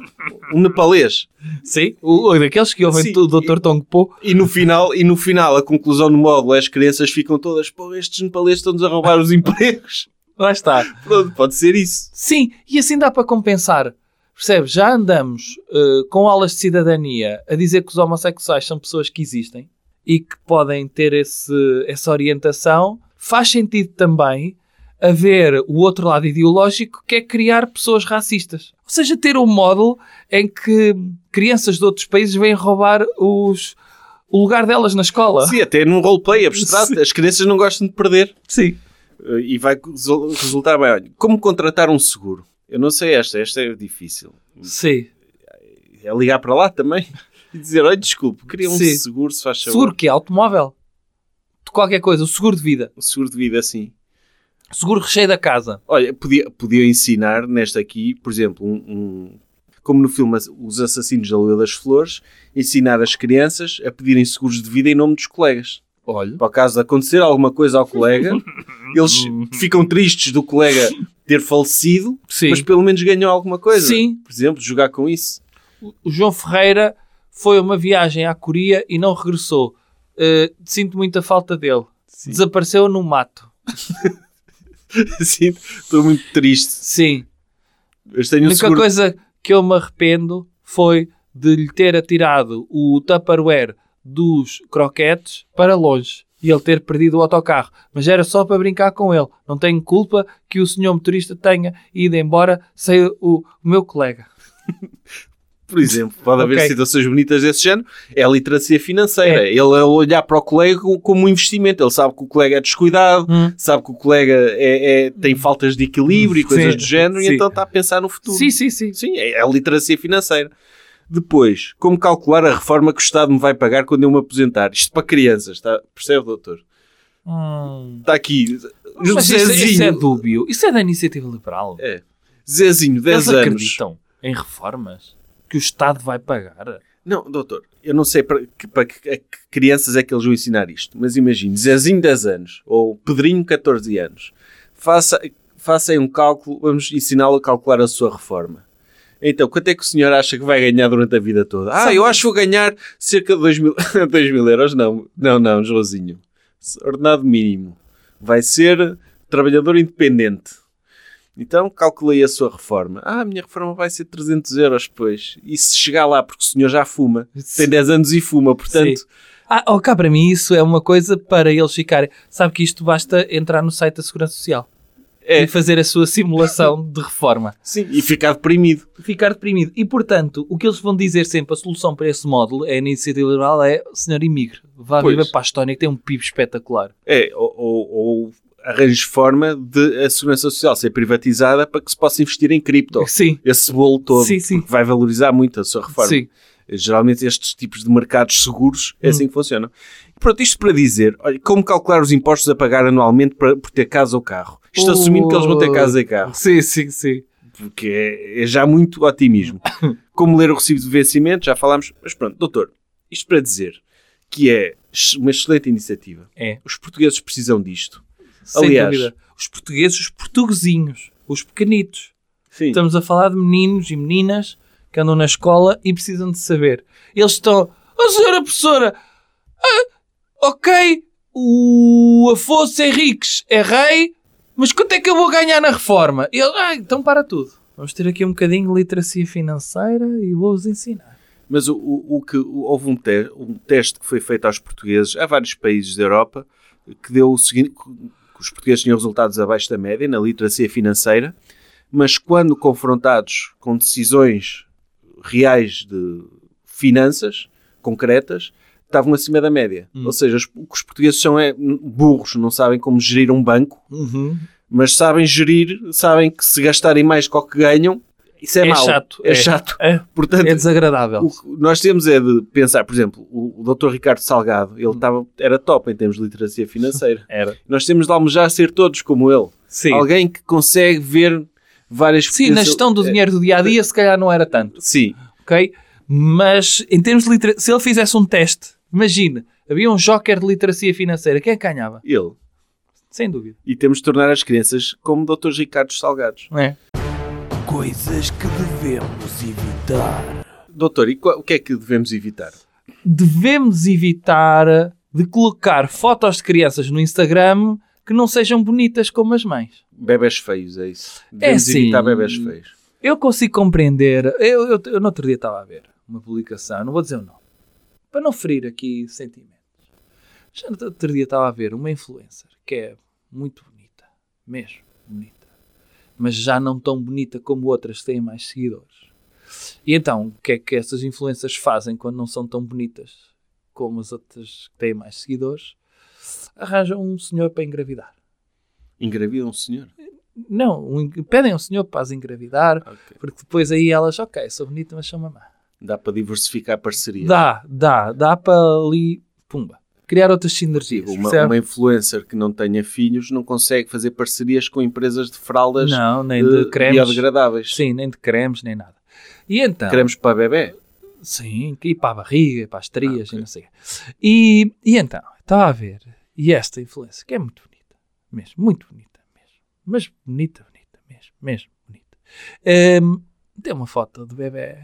[SPEAKER 2] Um nepalês.
[SPEAKER 3] Sim. O, o daqueles que ouvem
[SPEAKER 2] Sim,
[SPEAKER 3] tudo, o Dr. Tong Po.
[SPEAKER 2] E no final, e no final a conclusão do módulo é as crianças ficam todas, pô, estes nepalês estão-nos a roubar os empregos.
[SPEAKER 3] Lá está.
[SPEAKER 2] Pronto, pode ser isso.
[SPEAKER 3] Sim, e assim dá para compensar. Percebes? Já andamos eh, com aulas de cidadania a dizer que os homossexuais são pessoas que existem e que podem ter esse- essa orientação. Faz sentido também haver o outro lado ideológico que é criar pessoas racistas. Ou seja, ter um módulo em que crianças de outros países vêm roubar os- o lugar delas na escola.
[SPEAKER 2] Sim, até num roleplay abstrato. As crianças não gostam de perder.
[SPEAKER 3] Sim.
[SPEAKER 2] Eh, E vai resol- resultar bem. Olha, como contratar um seguro? Eu não sei esta, esta é difícil.
[SPEAKER 3] Sim.
[SPEAKER 2] É ligar para lá também e dizer, olha, desculpe, queria um
[SPEAKER 3] Sim.
[SPEAKER 2] seguro, se faz favor.
[SPEAKER 3] Seguro que é automóvel. De qualquer coisa, o seguro de vida.
[SPEAKER 2] Um seguro de vida, assim.
[SPEAKER 3] Seguro recheio da casa.
[SPEAKER 2] Olha, podia, podia ensinar nesta aqui, por exemplo, um, um- como no filme As- Os Assassinos da Lua das Flores, ensinar as crianças a pedirem seguros de vida em nome dos colegas.
[SPEAKER 3] Olha.
[SPEAKER 2] Para o caso de acontecer alguma coisa ao colega, eles ficam tristes do colega ter falecido,
[SPEAKER 3] Sim.
[SPEAKER 2] mas pelo menos ganham alguma coisa.
[SPEAKER 3] Sim.
[SPEAKER 2] Por exemplo, jogar com isso.
[SPEAKER 3] o- o João Ferreira foi a uma viagem à Coreia e não regressou. Eh, sinto muita falta dele. Desapareceu no mato.
[SPEAKER 2] Sim, estou muito triste.
[SPEAKER 3] Sim.
[SPEAKER 2] Mas
[SPEAKER 3] A
[SPEAKER 2] tenho um
[SPEAKER 3] única
[SPEAKER 2] seguro.
[SPEAKER 3] coisa que eu me arrependo foi de lhe ter atirado o Tupperware dos croquetes para longe e ele ter perdido o autocarro. Mas era só para brincar com ele. Não tenho culpa que o senhor motorista tenha ido embora sem o meu colega.
[SPEAKER 2] Por exemplo, pode haver
[SPEAKER 3] Ok.
[SPEAKER 2] situações bonitas desse género. É a literacia financeira.
[SPEAKER 3] É.
[SPEAKER 2] Ele é olhar para o colega co- como um investimento. Ele sabe que o colega é descuidado,
[SPEAKER 3] Hum.
[SPEAKER 2] sabe que o colega é, é- tem faltas de equilíbrio e
[SPEAKER 3] Sim.
[SPEAKER 2] coisas do género,
[SPEAKER 3] Sim.
[SPEAKER 2] e então está a pensar no futuro.
[SPEAKER 3] Sim, sim, sim.
[SPEAKER 2] Sim, é a literacia financeira. Depois, como calcular a reforma que o Estado me vai pagar quando eu me aposentar? Isto para crianças, tá? percebe, doutor?
[SPEAKER 3] Hum.
[SPEAKER 2] Está aqui.
[SPEAKER 3] Mas isso,
[SPEAKER 2] Zezinho,
[SPEAKER 3] isso é dúbio. Isso é da iniciativa liberal.
[SPEAKER 2] É, Zezinho, 10
[SPEAKER 3] Eles
[SPEAKER 2] anos.
[SPEAKER 3] acreditam em reformas que o Estado vai pagar.
[SPEAKER 2] Não, doutor, eu não sei para que, para que- a que crianças é que eles vão ensinar isto, mas imagine, Zezinho 10 anos, ou Pedrinho 14 anos, faça, faça aí um cálculo, vamos ensiná-lo a calcular a sua reforma. Então, quanto é que o senhor acha que vai ganhar durante a vida toda? Ah, eu acho que vou ganhar cerca de 2 mil, dois mil euros. Não, não, não, Joãozinho. Ordenado mínimo. Vai ser trabalhador independente. Então calculei a sua reforma. Ah, a minha reforma vai ser 300 euros, pois. E se chegar lá, porque o senhor já fuma, tem 10 anos e fuma, portanto.
[SPEAKER 3] Sim. Ah, oh, cá para mim isso é uma coisa para eles ficarem. Sabe que isto basta entrar no site da Segurança Social
[SPEAKER 2] É.
[SPEAKER 3] e fazer a sua simulação de reforma.
[SPEAKER 2] Sim, e ficar deprimido.
[SPEAKER 3] Ficar deprimido. E portanto, o que eles vão dizer sempre, a solução para esse módulo é a iniciativa liberal é senhor imigre, vá
[SPEAKER 2] Pois.
[SPEAKER 3] viver para a Estónia que tem um PIB espetacular.
[SPEAKER 2] É, ou, ou, ou arranje forma de a segurança social ser privatizada para que se possa investir em cripto.
[SPEAKER 3] Sim,
[SPEAKER 2] Esse bolo todo
[SPEAKER 3] Sim, sim.
[SPEAKER 2] porque vai valorizar muito a sua reforma.
[SPEAKER 3] sim.
[SPEAKER 2] Geralmente estes tipos de mercados seguros é assim que funcionam. Pronto, isto para dizer, olha, como calcular os impostos a pagar anualmente para, por ter casa ou carro? Isto assumindo que eles vão ter casa e carro.
[SPEAKER 3] Sim, sim, sim.
[SPEAKER 2] porque é, é já muito otimismo. Como ler o recibo de vencimento, já falámos, mas pronto, doutor, isto para dizer que é ex- uma excelente iniciativa.
[SPEAKER 3] É.
[SPEAKER 2] Os portugueses precisam disto.
[SPEAKER 3] Sem
[SPEAKER 2] Aliás-
[SPEAKER 3] dúvida. Os portugueses, os portuguesinhos, os pequenitos.
[SPEAKER 2] Sim.
[SPEAKER 3] Estamos a falar de meninos e meninas que andam na escola e precisam de saber. Eles estão. Oh, senhora professora! ah, ok, o Afonso Henriques é rei, mas quanto é que eu vou ganhar na reforma? E Ele, ah, então para tudo. Vamos ter aqui um bocadinho de literacia financeira e vou-vos ensinar.
[SPEAKER 2] Mas o, o- o que o- houve um, te- um teste que foi feito aos portugueses, a vários países da Europa, que deu o seguinte: que os portugueses tinham resultados abaixo da média na literacia financeira, mas quando confrontados com decisões reais de finanças concretas, estavam acima da média.
[SPEAKER 3] Hum.
[SPEAKER 2] Ou seja, os- o que os portugueses são é burros, não sabem como gerir um banco, mas sabem gerir, sabem que se gastarem mais do que ganham, isso é,
[SPEAKER 3] É
[SPEAKER 2] mau.
[SPEAKER 3] chato,
[SPEAKER 2] É,
[SPEAKER 3] é.
[SPEAKER 2] chato.
[SPEAKER 3] É,
[SPEAKER 2] Portanto,
[SPEAKER 3] é desagradável.
[SPEAKER 2] o que nós temos é de pensar, por exemplo, o, o Dr. Ricardo Salgado,
[SPEAKER 3] Hum.
[SPEAKER 2] ele estava era top em termos de literacia financeira.
[SPEAKER 3] Era.
[SPEAKER 2] Nós temos de almejar ser todos como ele.
[SPEAKER 3] Sim.
[SPEAKER 2] Alguém que consegue ver várias
[SPEAKER 3] Sim, na gestão do
[SPEAKER 2] É,
[SPEAKER 3] dinheiro do dia a dia, se calhar não era tanto.
[SPEAKER 2] Sim,
[SPEAKER 3] ok? Mas em termos de literacia, se ele fizesse um teste, imagina, havia um joker de literacia financeira, quem é que ganhava?
[SPEAKER 2] ele.
[SPEAKER 3] Sem dúvida.
[SPEAKER 2] E temos de tornar as crianças como Dr. Ricardo Salgados.
[SPEAKER 3] Não é?
[SPEAKER 1] Coisas que devemos evitar.
[SPEAKER 2] Doutor, e qual- o que é que devemos evitar?
[SPEAKER 3] Devemos evitar de colocar fotos de crianças no Instagram que não sejam bonitas como as mães.
[SPEAKER 2] Bebés feios, é isso. Devemos
[SPEAKER 3] sim.
[SPEAKER 2] evitar bebés feios.
[SPEAKER 3] Eu consigo compreender. Eu, eu, eu no outro dia estava a ver uma publicação, não vou dizer o nome, para não ferir aqui sentimentos. Já no outro dia estava a ver uma influencer que é muito bonita, mesmo bonita, mas já não tão bonita como outras que têm mais seguidores. E então, o que é que essas influencers fazem quando não são tão bonitas como as outras que têm mais seguidores? Arranjam um senhor para engravidar.
[SPEAKER 2] Engravidam um senhor.
[SPEAKER 3] Não, um- pedem ao senhor para as engravidar,
[SPEAKER 2] Ok.
[SPEAKER 3] porque depois aí elas, ok, sou bonita, mas sou mamã.
[SPEAKER 2] Dá para diversificar a parceria.
[SPEAKER 3] Dá, dá, dá para ali, pumba, criar outras sinergias.
[SPEAKER 2] Tipo, Uma,
[SPEAKER 3] percebe?
[SPEAKER 2] uma influencer que não tenha filhos não consegue fazer parcerias com empresas de fraldas
[SPEAKER 3] Não, nem
[SPEAKER 2] eh,
[SPEAKER 3] de, cremes.
[SPEAKER 2] biodegradáveis.
[SPEAKER 3] Sim, nem de cremes, nem nada. E então,
[SPEAKER 2] Cremes para bebê.
[SPEAKER 3] sim, e para a barriga, e para as trias, e não sei. o quê. E, e então, estava a ver, e esta influência, que é muito bonita, mesmo, muito bonita mesmo, mas Hum, bonita, bonita mesmo, mesmo bonita. Ehm, tem uma foto de bebê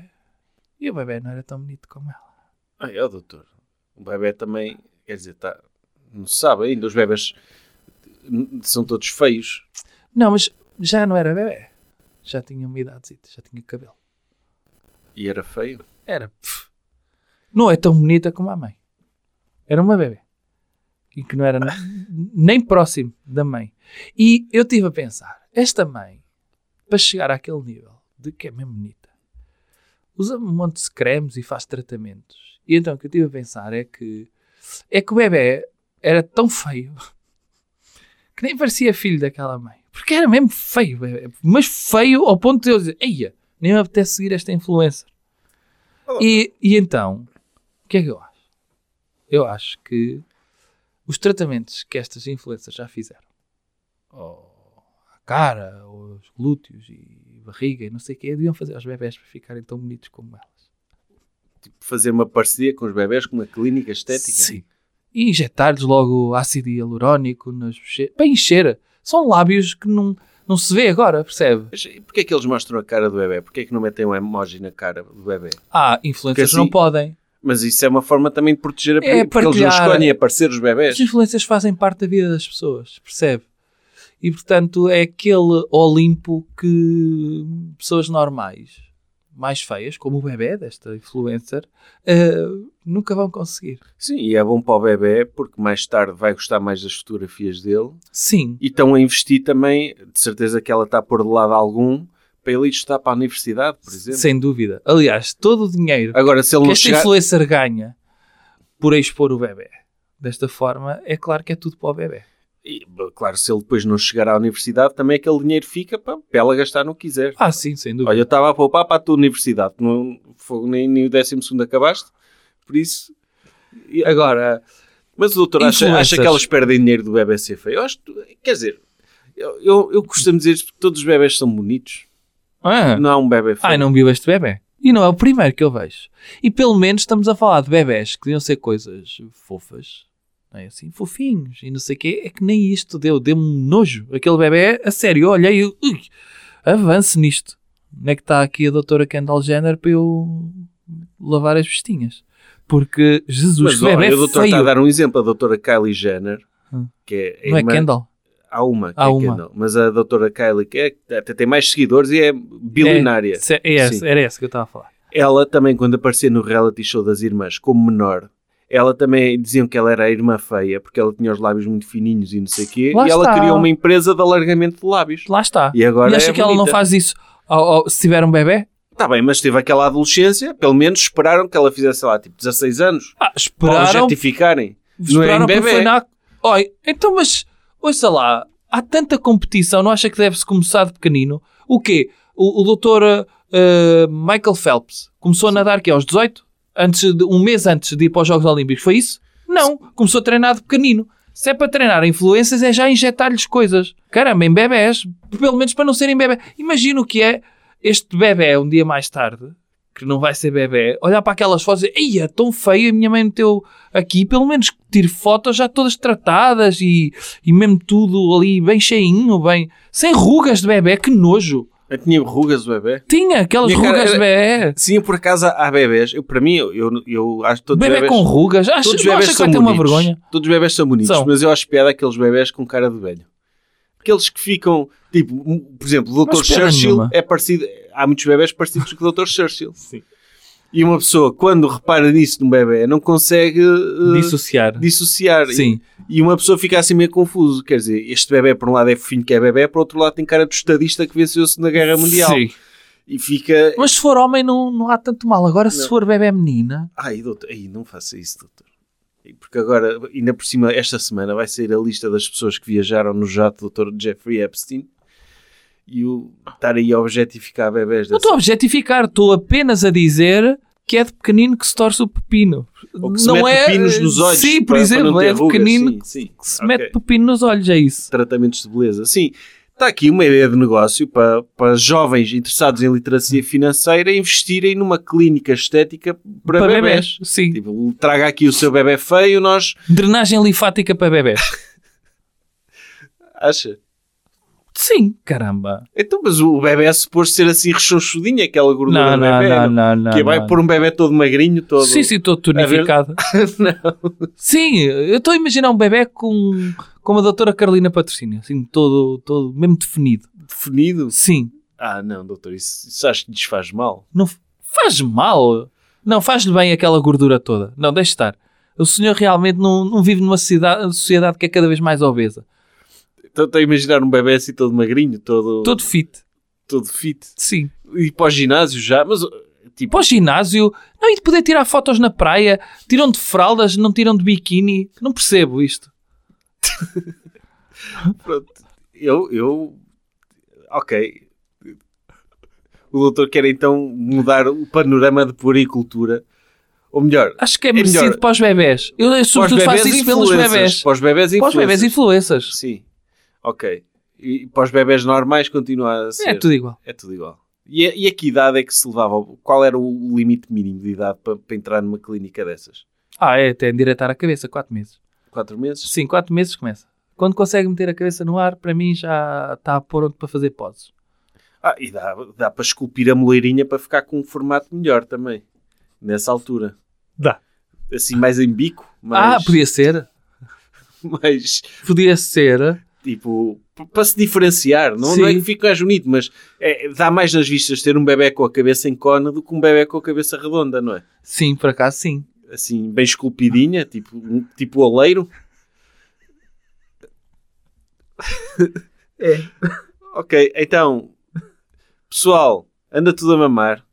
[SPEAKER 3] E o bebê não era tão bonito como ela.
[SPEAKER 2] Ah, é o doutor. O bebê também, quer dizer, tá, não se sabe ainda. Os bebés n- são todos feios.
[SPEAKER 3] Não, mas já não era bebê. Já tinha uma idadezita, já tinha cabelo.
[SPEAKER 2] E era feio.
[SPEAKER 3] Era. pff, não é tão bonita como a mãe. Era uma bebê. E que não era n- nem próximo da mãe. E eu estive a pensar: esta mãe, para chegar àquele nível de que é mesmo bonita, usa um monte de cremes e faz tratamentos. E então o que eu estive a pensar é que é que o bebê era tão feio que nem parecia filho daquela mãe. Porque era mesmo feio, bebê. mas feio ao ponto de eu dizer: Eia, nem me apetece seguir esta influencer. E, e então, o que é que eu acho? Eu acho que os tratamentos que estas influencers já fizeram, ou a cara, ou os glúteos e barriga e não sei o que, deviam fazer aos bebés para ficarem tão bonitos como elas.
[SPEAKER 2] Tipo, fazer uma parceria com os bebés com uma clínica estética.
[SPEAKER 3] Sim. E injetar-lhes logo ácido hialurónico nas bochechas, para encher. São lábios que não, não se vê agora, percebe?
[SPEAKER 2] Mas e porquê é que eles mostram a cara do bebê? Porquê é que não metem um emoji na cara do bebê?
[SPEAKER 3] Ah, influencers
[SPEAKER 2] Porque assim-
[SPEAKER 3] não podem.
[SPEAKER 2] Mas isso é uma forma também de proteger a
[SPEAKER 3] É,
[SPEAKER 2] porque eles não
[SPEAKER 3] partilhar.
[SPEAKER 2] escolhem aparecer os bebés.
[SPEAKER 3] As influências fazem parte da vida das pessoas, percebe? E portanto é aquele Olimpo que pessoas normais, mais feias, como o bebê desta influencer, eh, nunca vão conseguir.
[SPEAKER 2] Sim, e é bom para o bebê porque mais tarde vai gostar mais das fotografias dele.
[SPEAKER 3] Sim,
[SPEAKER 2] E estão a investir também, de certeza que ela está a pôr de lado algum, para ele ir estudar para a universidade, por exemplo.
[SPEAKER 3] sem dúvida. Aliás, todo o dinheiro
[SPEAKER 2] Agora, se ele
[SPEAKER 3] que
[SPEAKER 2] não
[SPEAKER 3] esta
[SPEAKER 2] Ah, chegar...
[SPEAKER 3] influencer ganha por expor o bebê desta forma, é claro que é tudo para o bebê.
[SPEAKER 2] E, bom, claro, se ele depois não chegar à universidade, também aquele dinheiro fica para, para ela gastar no que quiser.
[SPEAKER 3] Ah, sim, sem dúvida.
[SPEAKER 2] Olha, eu estava a poupar para a tua universidade, não, fogo, nem, nem o décimo segundo acabaste, por isso... e-
[SPEAKER 3] Agora,
[SPEAKER 2] Mas o doutor acha, acha
[SPEAKER 3] Influencers.
[SPEAKER 2] que elas perdem dinheiro do bebê ser feio? Eu acho que- quer dizer, eu, eu, eu costumo dizer que todos os bebés são bonitos.
[SPEAKER 3] ah,
[SPEAKER 2] Não há um bebê feio.
[SPEAKER 3] Ai, não viu este bebê. E não é o primeiro que eu vejo. E pelo menos estamos a falar de bebés que deviam ser coisas fofas, não é assim? Fofinhos e não sei o quê. É que nem isto deu, deu-me um nojo. Aquele bebê, a sério, eu olhei e eu, ui, avance nisto. Onde é que está aqui a doutora Kendall Jenner para eu lavar as vestinhas? Porque, Jesus,
[SPEAKER 2] Mas,
[SPEAKER 3] bebê
[SPEAKER 2] olha,
[SPEAKER 3] é
[SPEAKER 2] o doutor
[SPEAKER 3] feio.
[SPEAKER 2] está a dar um exemplo, a doutora Kylie Jenner,
[SPEAKER 3] Hum.
[SPEAKER 2] que é, a
[SPEAKER 3] Não é
[SPEAKER 2] irmã-
[SPEAKER 3] Kendall?
[SPEAKER 2] Há uma, que
[SPEAKER 3] Há
[SPEAKER 2] é
[SPEAKER 3] uma.
[SPEAKER 2] Kendall, mas a doutora Kylie, que é, até tem mais seguidores e é bilionária.
[SPEAKER 3] É, se- é essa-
[SPEAKER 2] Sim.
[SPEAKER 3] era essa que eu estava a falar.
[SPEAKER 2] Ela também, quando aparecia no reality show das irmãs, como menor, ela também diziam que ela era a irmã feia, porque ela tinha os lábios muito fininhos e não sei o quê,
[SPEAKER 3] Lá
[SPEAKER 2] e ela
[SPEAKER 3] está.
[SPEAKER 2] criou uma empresa de alargamento de lábios.
[SPEAKER 3] Lá está.
[SPEAKER 2] E agora
[SPEAKER 3] acha
[SPEAKER 2] é
[SPEAKER 3] que ela não
[SPEAKER 2] bonita.
[SPEAKER 3] faz isso ao- ao- se tiver um bebê?
[SPEAKER 2] Está bem, mas teve aquela adolescência, pelo menos esperaram que ela fizesse, sei lá, tipo 16 anos,
[SPEAKER 3] Ah,
[SPEAKER 2] para
[SPEAKER 3] esperaram
[SPEAKER 2] objetificarem. Não é
[SPEAKER 3] Esperaram
[SPEAKER 2] em
[SPEAKER 3] para
[SPEAKER 2] bebê.
[SPEAKER 3] foi Olha, então, mas, ouça lá, há tanta competição, não acha que deve-se começar de pequenino? O quê? O, o doutor ah, ah, Michael Phelps começou a nadar aqui aos 18? Antes de, um mês antes de ir para os Jogos Olímpicos, foi isso? Não, começou a treinar de pequenino. Se é para treinar influências, é já injetar-lhes coisas. Caramba, em bebés, pelo menos para não serem bebés. Imagina o que é este bebé um dia mais tarde, que não vai ser bebé, olhar para aquelas fotos e dizer, "Ei, é tão feio, a minha mãe meteu aqui, pelo menos que tire fotos já todas tratadas e, e mesmo tudo ali bem cheinho, bem... Sem rugas de bebé, que nojo!
[SPEAKER 2] Eu tinha rugas do bebê.
[SPEAKER 3] Tinha aquelas
[SPEAKER 2] Minha cara,
[SPEAKER 3] rugas de bebé.
[SPEAKER 2] Sim, por acaso há bebés. Eu, para mim, eu, eu, eu acho que todos os
[SPEAKER 3] Bebé
[SPEAKER 2] bebés...
[SPEAKER 3] com rugas, acha,
[SPEAKER 2] Todos os
[SPEAKER 3] não
[SPEAKER 2] bebés
[SPEAKER 3] acha que
[SPEAKER 2] são
[SPEAKER 3] vai ter uma
[SPEAKER 2] bonitos.
[SPEAKER 3] vergonha?
[SPEAKER 2] Todos os bebés são bonitos,
[SPEAKER 3] São.
[SPEAKER 2] mas eu acho piada aqueles bebés com cara de velho. Aqueles que ficam, tipo, um- por exemplo, o Dr.
[SPEAKER 3] Mas piada
[SPEAKER 2] Churchill
[SPEAKER 3] nenhuma.
[SPEAKER 2] é parecido. Há muitos bebés parecidos com o Dr. Churchill. E uma pessoa, quando repara nisso num bebê, não consegue eh,
[SPEAKER 3] Dissociar.
[SPEAKER 2] dissociar.
[SPEAKER 3] Sim.
[SPEAKER 2] E uma pessoa fica assim meio confuso. Quer dizer, este bebê, por um lado, é fofinho que é bebê, por outro lado, tem cara de estadista que venceu-se na Guerra É Mundial.
[SPEAKER 3] Sim.
[SPEAKER 2] E fica.
[SPEAKER 3] Mas se for homem não, não há tanto mal. Agora se
[SPEAKER 2] Não.
[SPEAKER 3] for bebé menina...
[SPEAKER 2] Ai, doutor, ai, não faça isso, doutor. Porque agora, ainda por cima, esta semana vai sair a lista das pessoas que viajaram no jato do doutor Jeffrey Epstein e o estar aí a objetificar bebés dessa...
[SPEAKER 3] Não estou a objetificar, estou apenas a dizer que é de pequenino que se torce o pepino. é,
[SPEAKER 2] Ou que se mete pepinos nos olhos
[SPEAKER 3] Sim, por
[SPEAKER 2] para- para
[SPEAKER 3] exemplo,
[SPEAKER 2] não ter
[SPEAKER 3] é de
[SPEAKER 2] rugas.
[SPEAKER 3] pequenino
[SPEAKER 2] Sim, sim.
[SPEAKER 3] que se
[SPEAKER 2] Ok.
[SPEAKER 3] mete pepino nos olhos, é isso.
[SPEAKER 2] tratamentos de beleza. Sim, está aqui uma ideia de negócio para, para jovens interessados em literacia financeira investirem numa clínica estética para,
[SPEAKER 3] Para
[SPEAKER 2] bebés.
[SPEAKER 3] bebés, sim.
[SPEAKER 2] Tipo, traga aqui o seu bebê feio, nós...
[SPEAKER 3] Drenagem linfática para bebés.
[SPEAKER 2] Acha?
[SPEAKER 3] Sim, caramba.
[SPEAKER 2] Então, mas o bebê é suposto ser assim rechonchudinho, aquela gordura
[SPEAKER 3] Não, não,
[SPEAKER 2] do bebê.
[SPEAKER 3] não, não, não.
[SPEAKER 2] que vai
[SPEAKER 3] não.
[SPEAKER 2] pôr um bebê todo magrinho, todo.
[SPEAKER 3] Sim, sim, estou
[SPEAKER 2] ver-
[SPEAKER 3] tonificado. Sim, eu estou a imaginar um bebê com, com a doutora Carolina Patrocínio, assim, todo, todo mesmo definido.
[SPEAKER 2] Definido.
[SPEAKER 3] Sim.
[SPEAKER 2] Ah, não, doutor, isso, isso acho que lhes faz mal.
[SPEAKER 3] Não f- faz mal. Não faz-lhe bem aquela gordura toda. Não, deixe estar. O senhor realmente não, não vive numa cidade- sociedade que é cada vez mais obesa.
[SPEAKER 2] Então, estou a imaginar um bebê assim todo magrinho, todo, todo...
[SPEAKER 3] Todo fit.
[SPEAKER 2] fit.
[SPEAKER 3] Sim.
[SPEAKER 2] E para o ginásio já, mas tipo,
[SPEAKER 3] Para o ginásio, não e de poder tirar fotos na praia, tiram de fraldas, não tiram de biquíni. Não percebo isto.
[SPEAKER 2] eu, eu. Ok. O doutor quer então mudar o panorama de puricultura. Ou melhor,
[SPEAKER 3] Acho que é,
[SPEAKER 2] É
[SPEAKER 3] merecido
[SPEAKER 2] melhor.
[SPEAKER 3] para os bebés. Eu, eu
[SPEAKER 2] para os
[SPEAKER 3] sobretudo
[SPEAKER 2] bebés
[SPEAKER 3] faço isso pelos
[SPEAKER 2] influencers.
[SPEAKER 3] bebés.
[SPEAKER 2] Para os bebés
[SPEAKER 3] Para os bebés
[SPEAKER 2] influencers.
[SPEAKER 3] influências.
[SPEAKER 2] Sim. Ok. E para os bebés normais continua a ser.
[SPEAKER 3] É tudo igual.
[SPEAKER 2] É tudo igual. E a, e a que idade é que se levava? Qual era o limite mínimo de idade para, para entrar numa clínica dessas?
[SPEAKER 3] Ah, é, até endireitar a cabeça, 4 meses.
[SPEAKER 2] Quatro meses?
[SPEAKER 3] Sim, 4 meses começa. Quando consegue meter a cabeça no ar, para mim já está a pôr para fazer poses.
[SPEAKER 2] Ah, e dá, dá para esculpir a moleirinha para ficar com um formato melhor também. Nessa altura.
[SPEAKER 3] Dá.
[SPEAKER 2] Assim, mais em bico. Mais,
[SPEAKER 3] Ah, podia ser.
[SPEAKER 2] mais,
[SPEAKER 3] Podia ser.
[SPEAKER 2] tipo, p- para se diferenciar. Não,
[SPEAKER 3] Sim.
[SPEAKER 2] não é que fica mais bonito, mas é, dá mais nas vistas ter um bebê com a cabeça em cona do que um bebê com a cabeça redonda, não é?
[SPEAKER 3] Sim, por acaso sim.
[SPEAKER 2] Assim, bem esculpidinha, tipo, um- tipo oleiro.
[SPEAKER 3] É.
[SPEAKER 2] Ok, então, pessoal, anda tudo a mamar.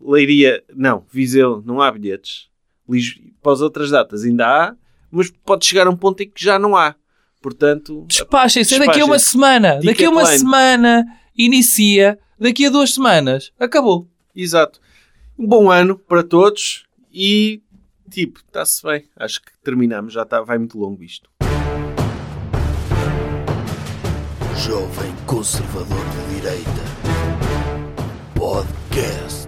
[SPEAKER 2] Leiria, não, Viseu, não há bilhetes. Lis- Para as outras datas ainda há, mas pode chegar a um ponto em que já não há. Portanto,
[SPEAKER 3] Despachem-se, é daqui a uma
[SPEAKER 2] Despachem-se.
[SPEAKER 3] semana.
[SPEAKER 2] Ticket
[SPEAKER 3] Daqui a uma
[SPEAKER 2] line.
[SPEAKER 3] semana inicia. Daqui a duas semanas. Acabou.
[SPEAKER 2] exato. Um bom ano para todos e, tipo, está-se bem. Acho que terminamos, já está, vai muito longo isto.
[SPEAKER 1] Jovem Conservador de Direita. Podcast.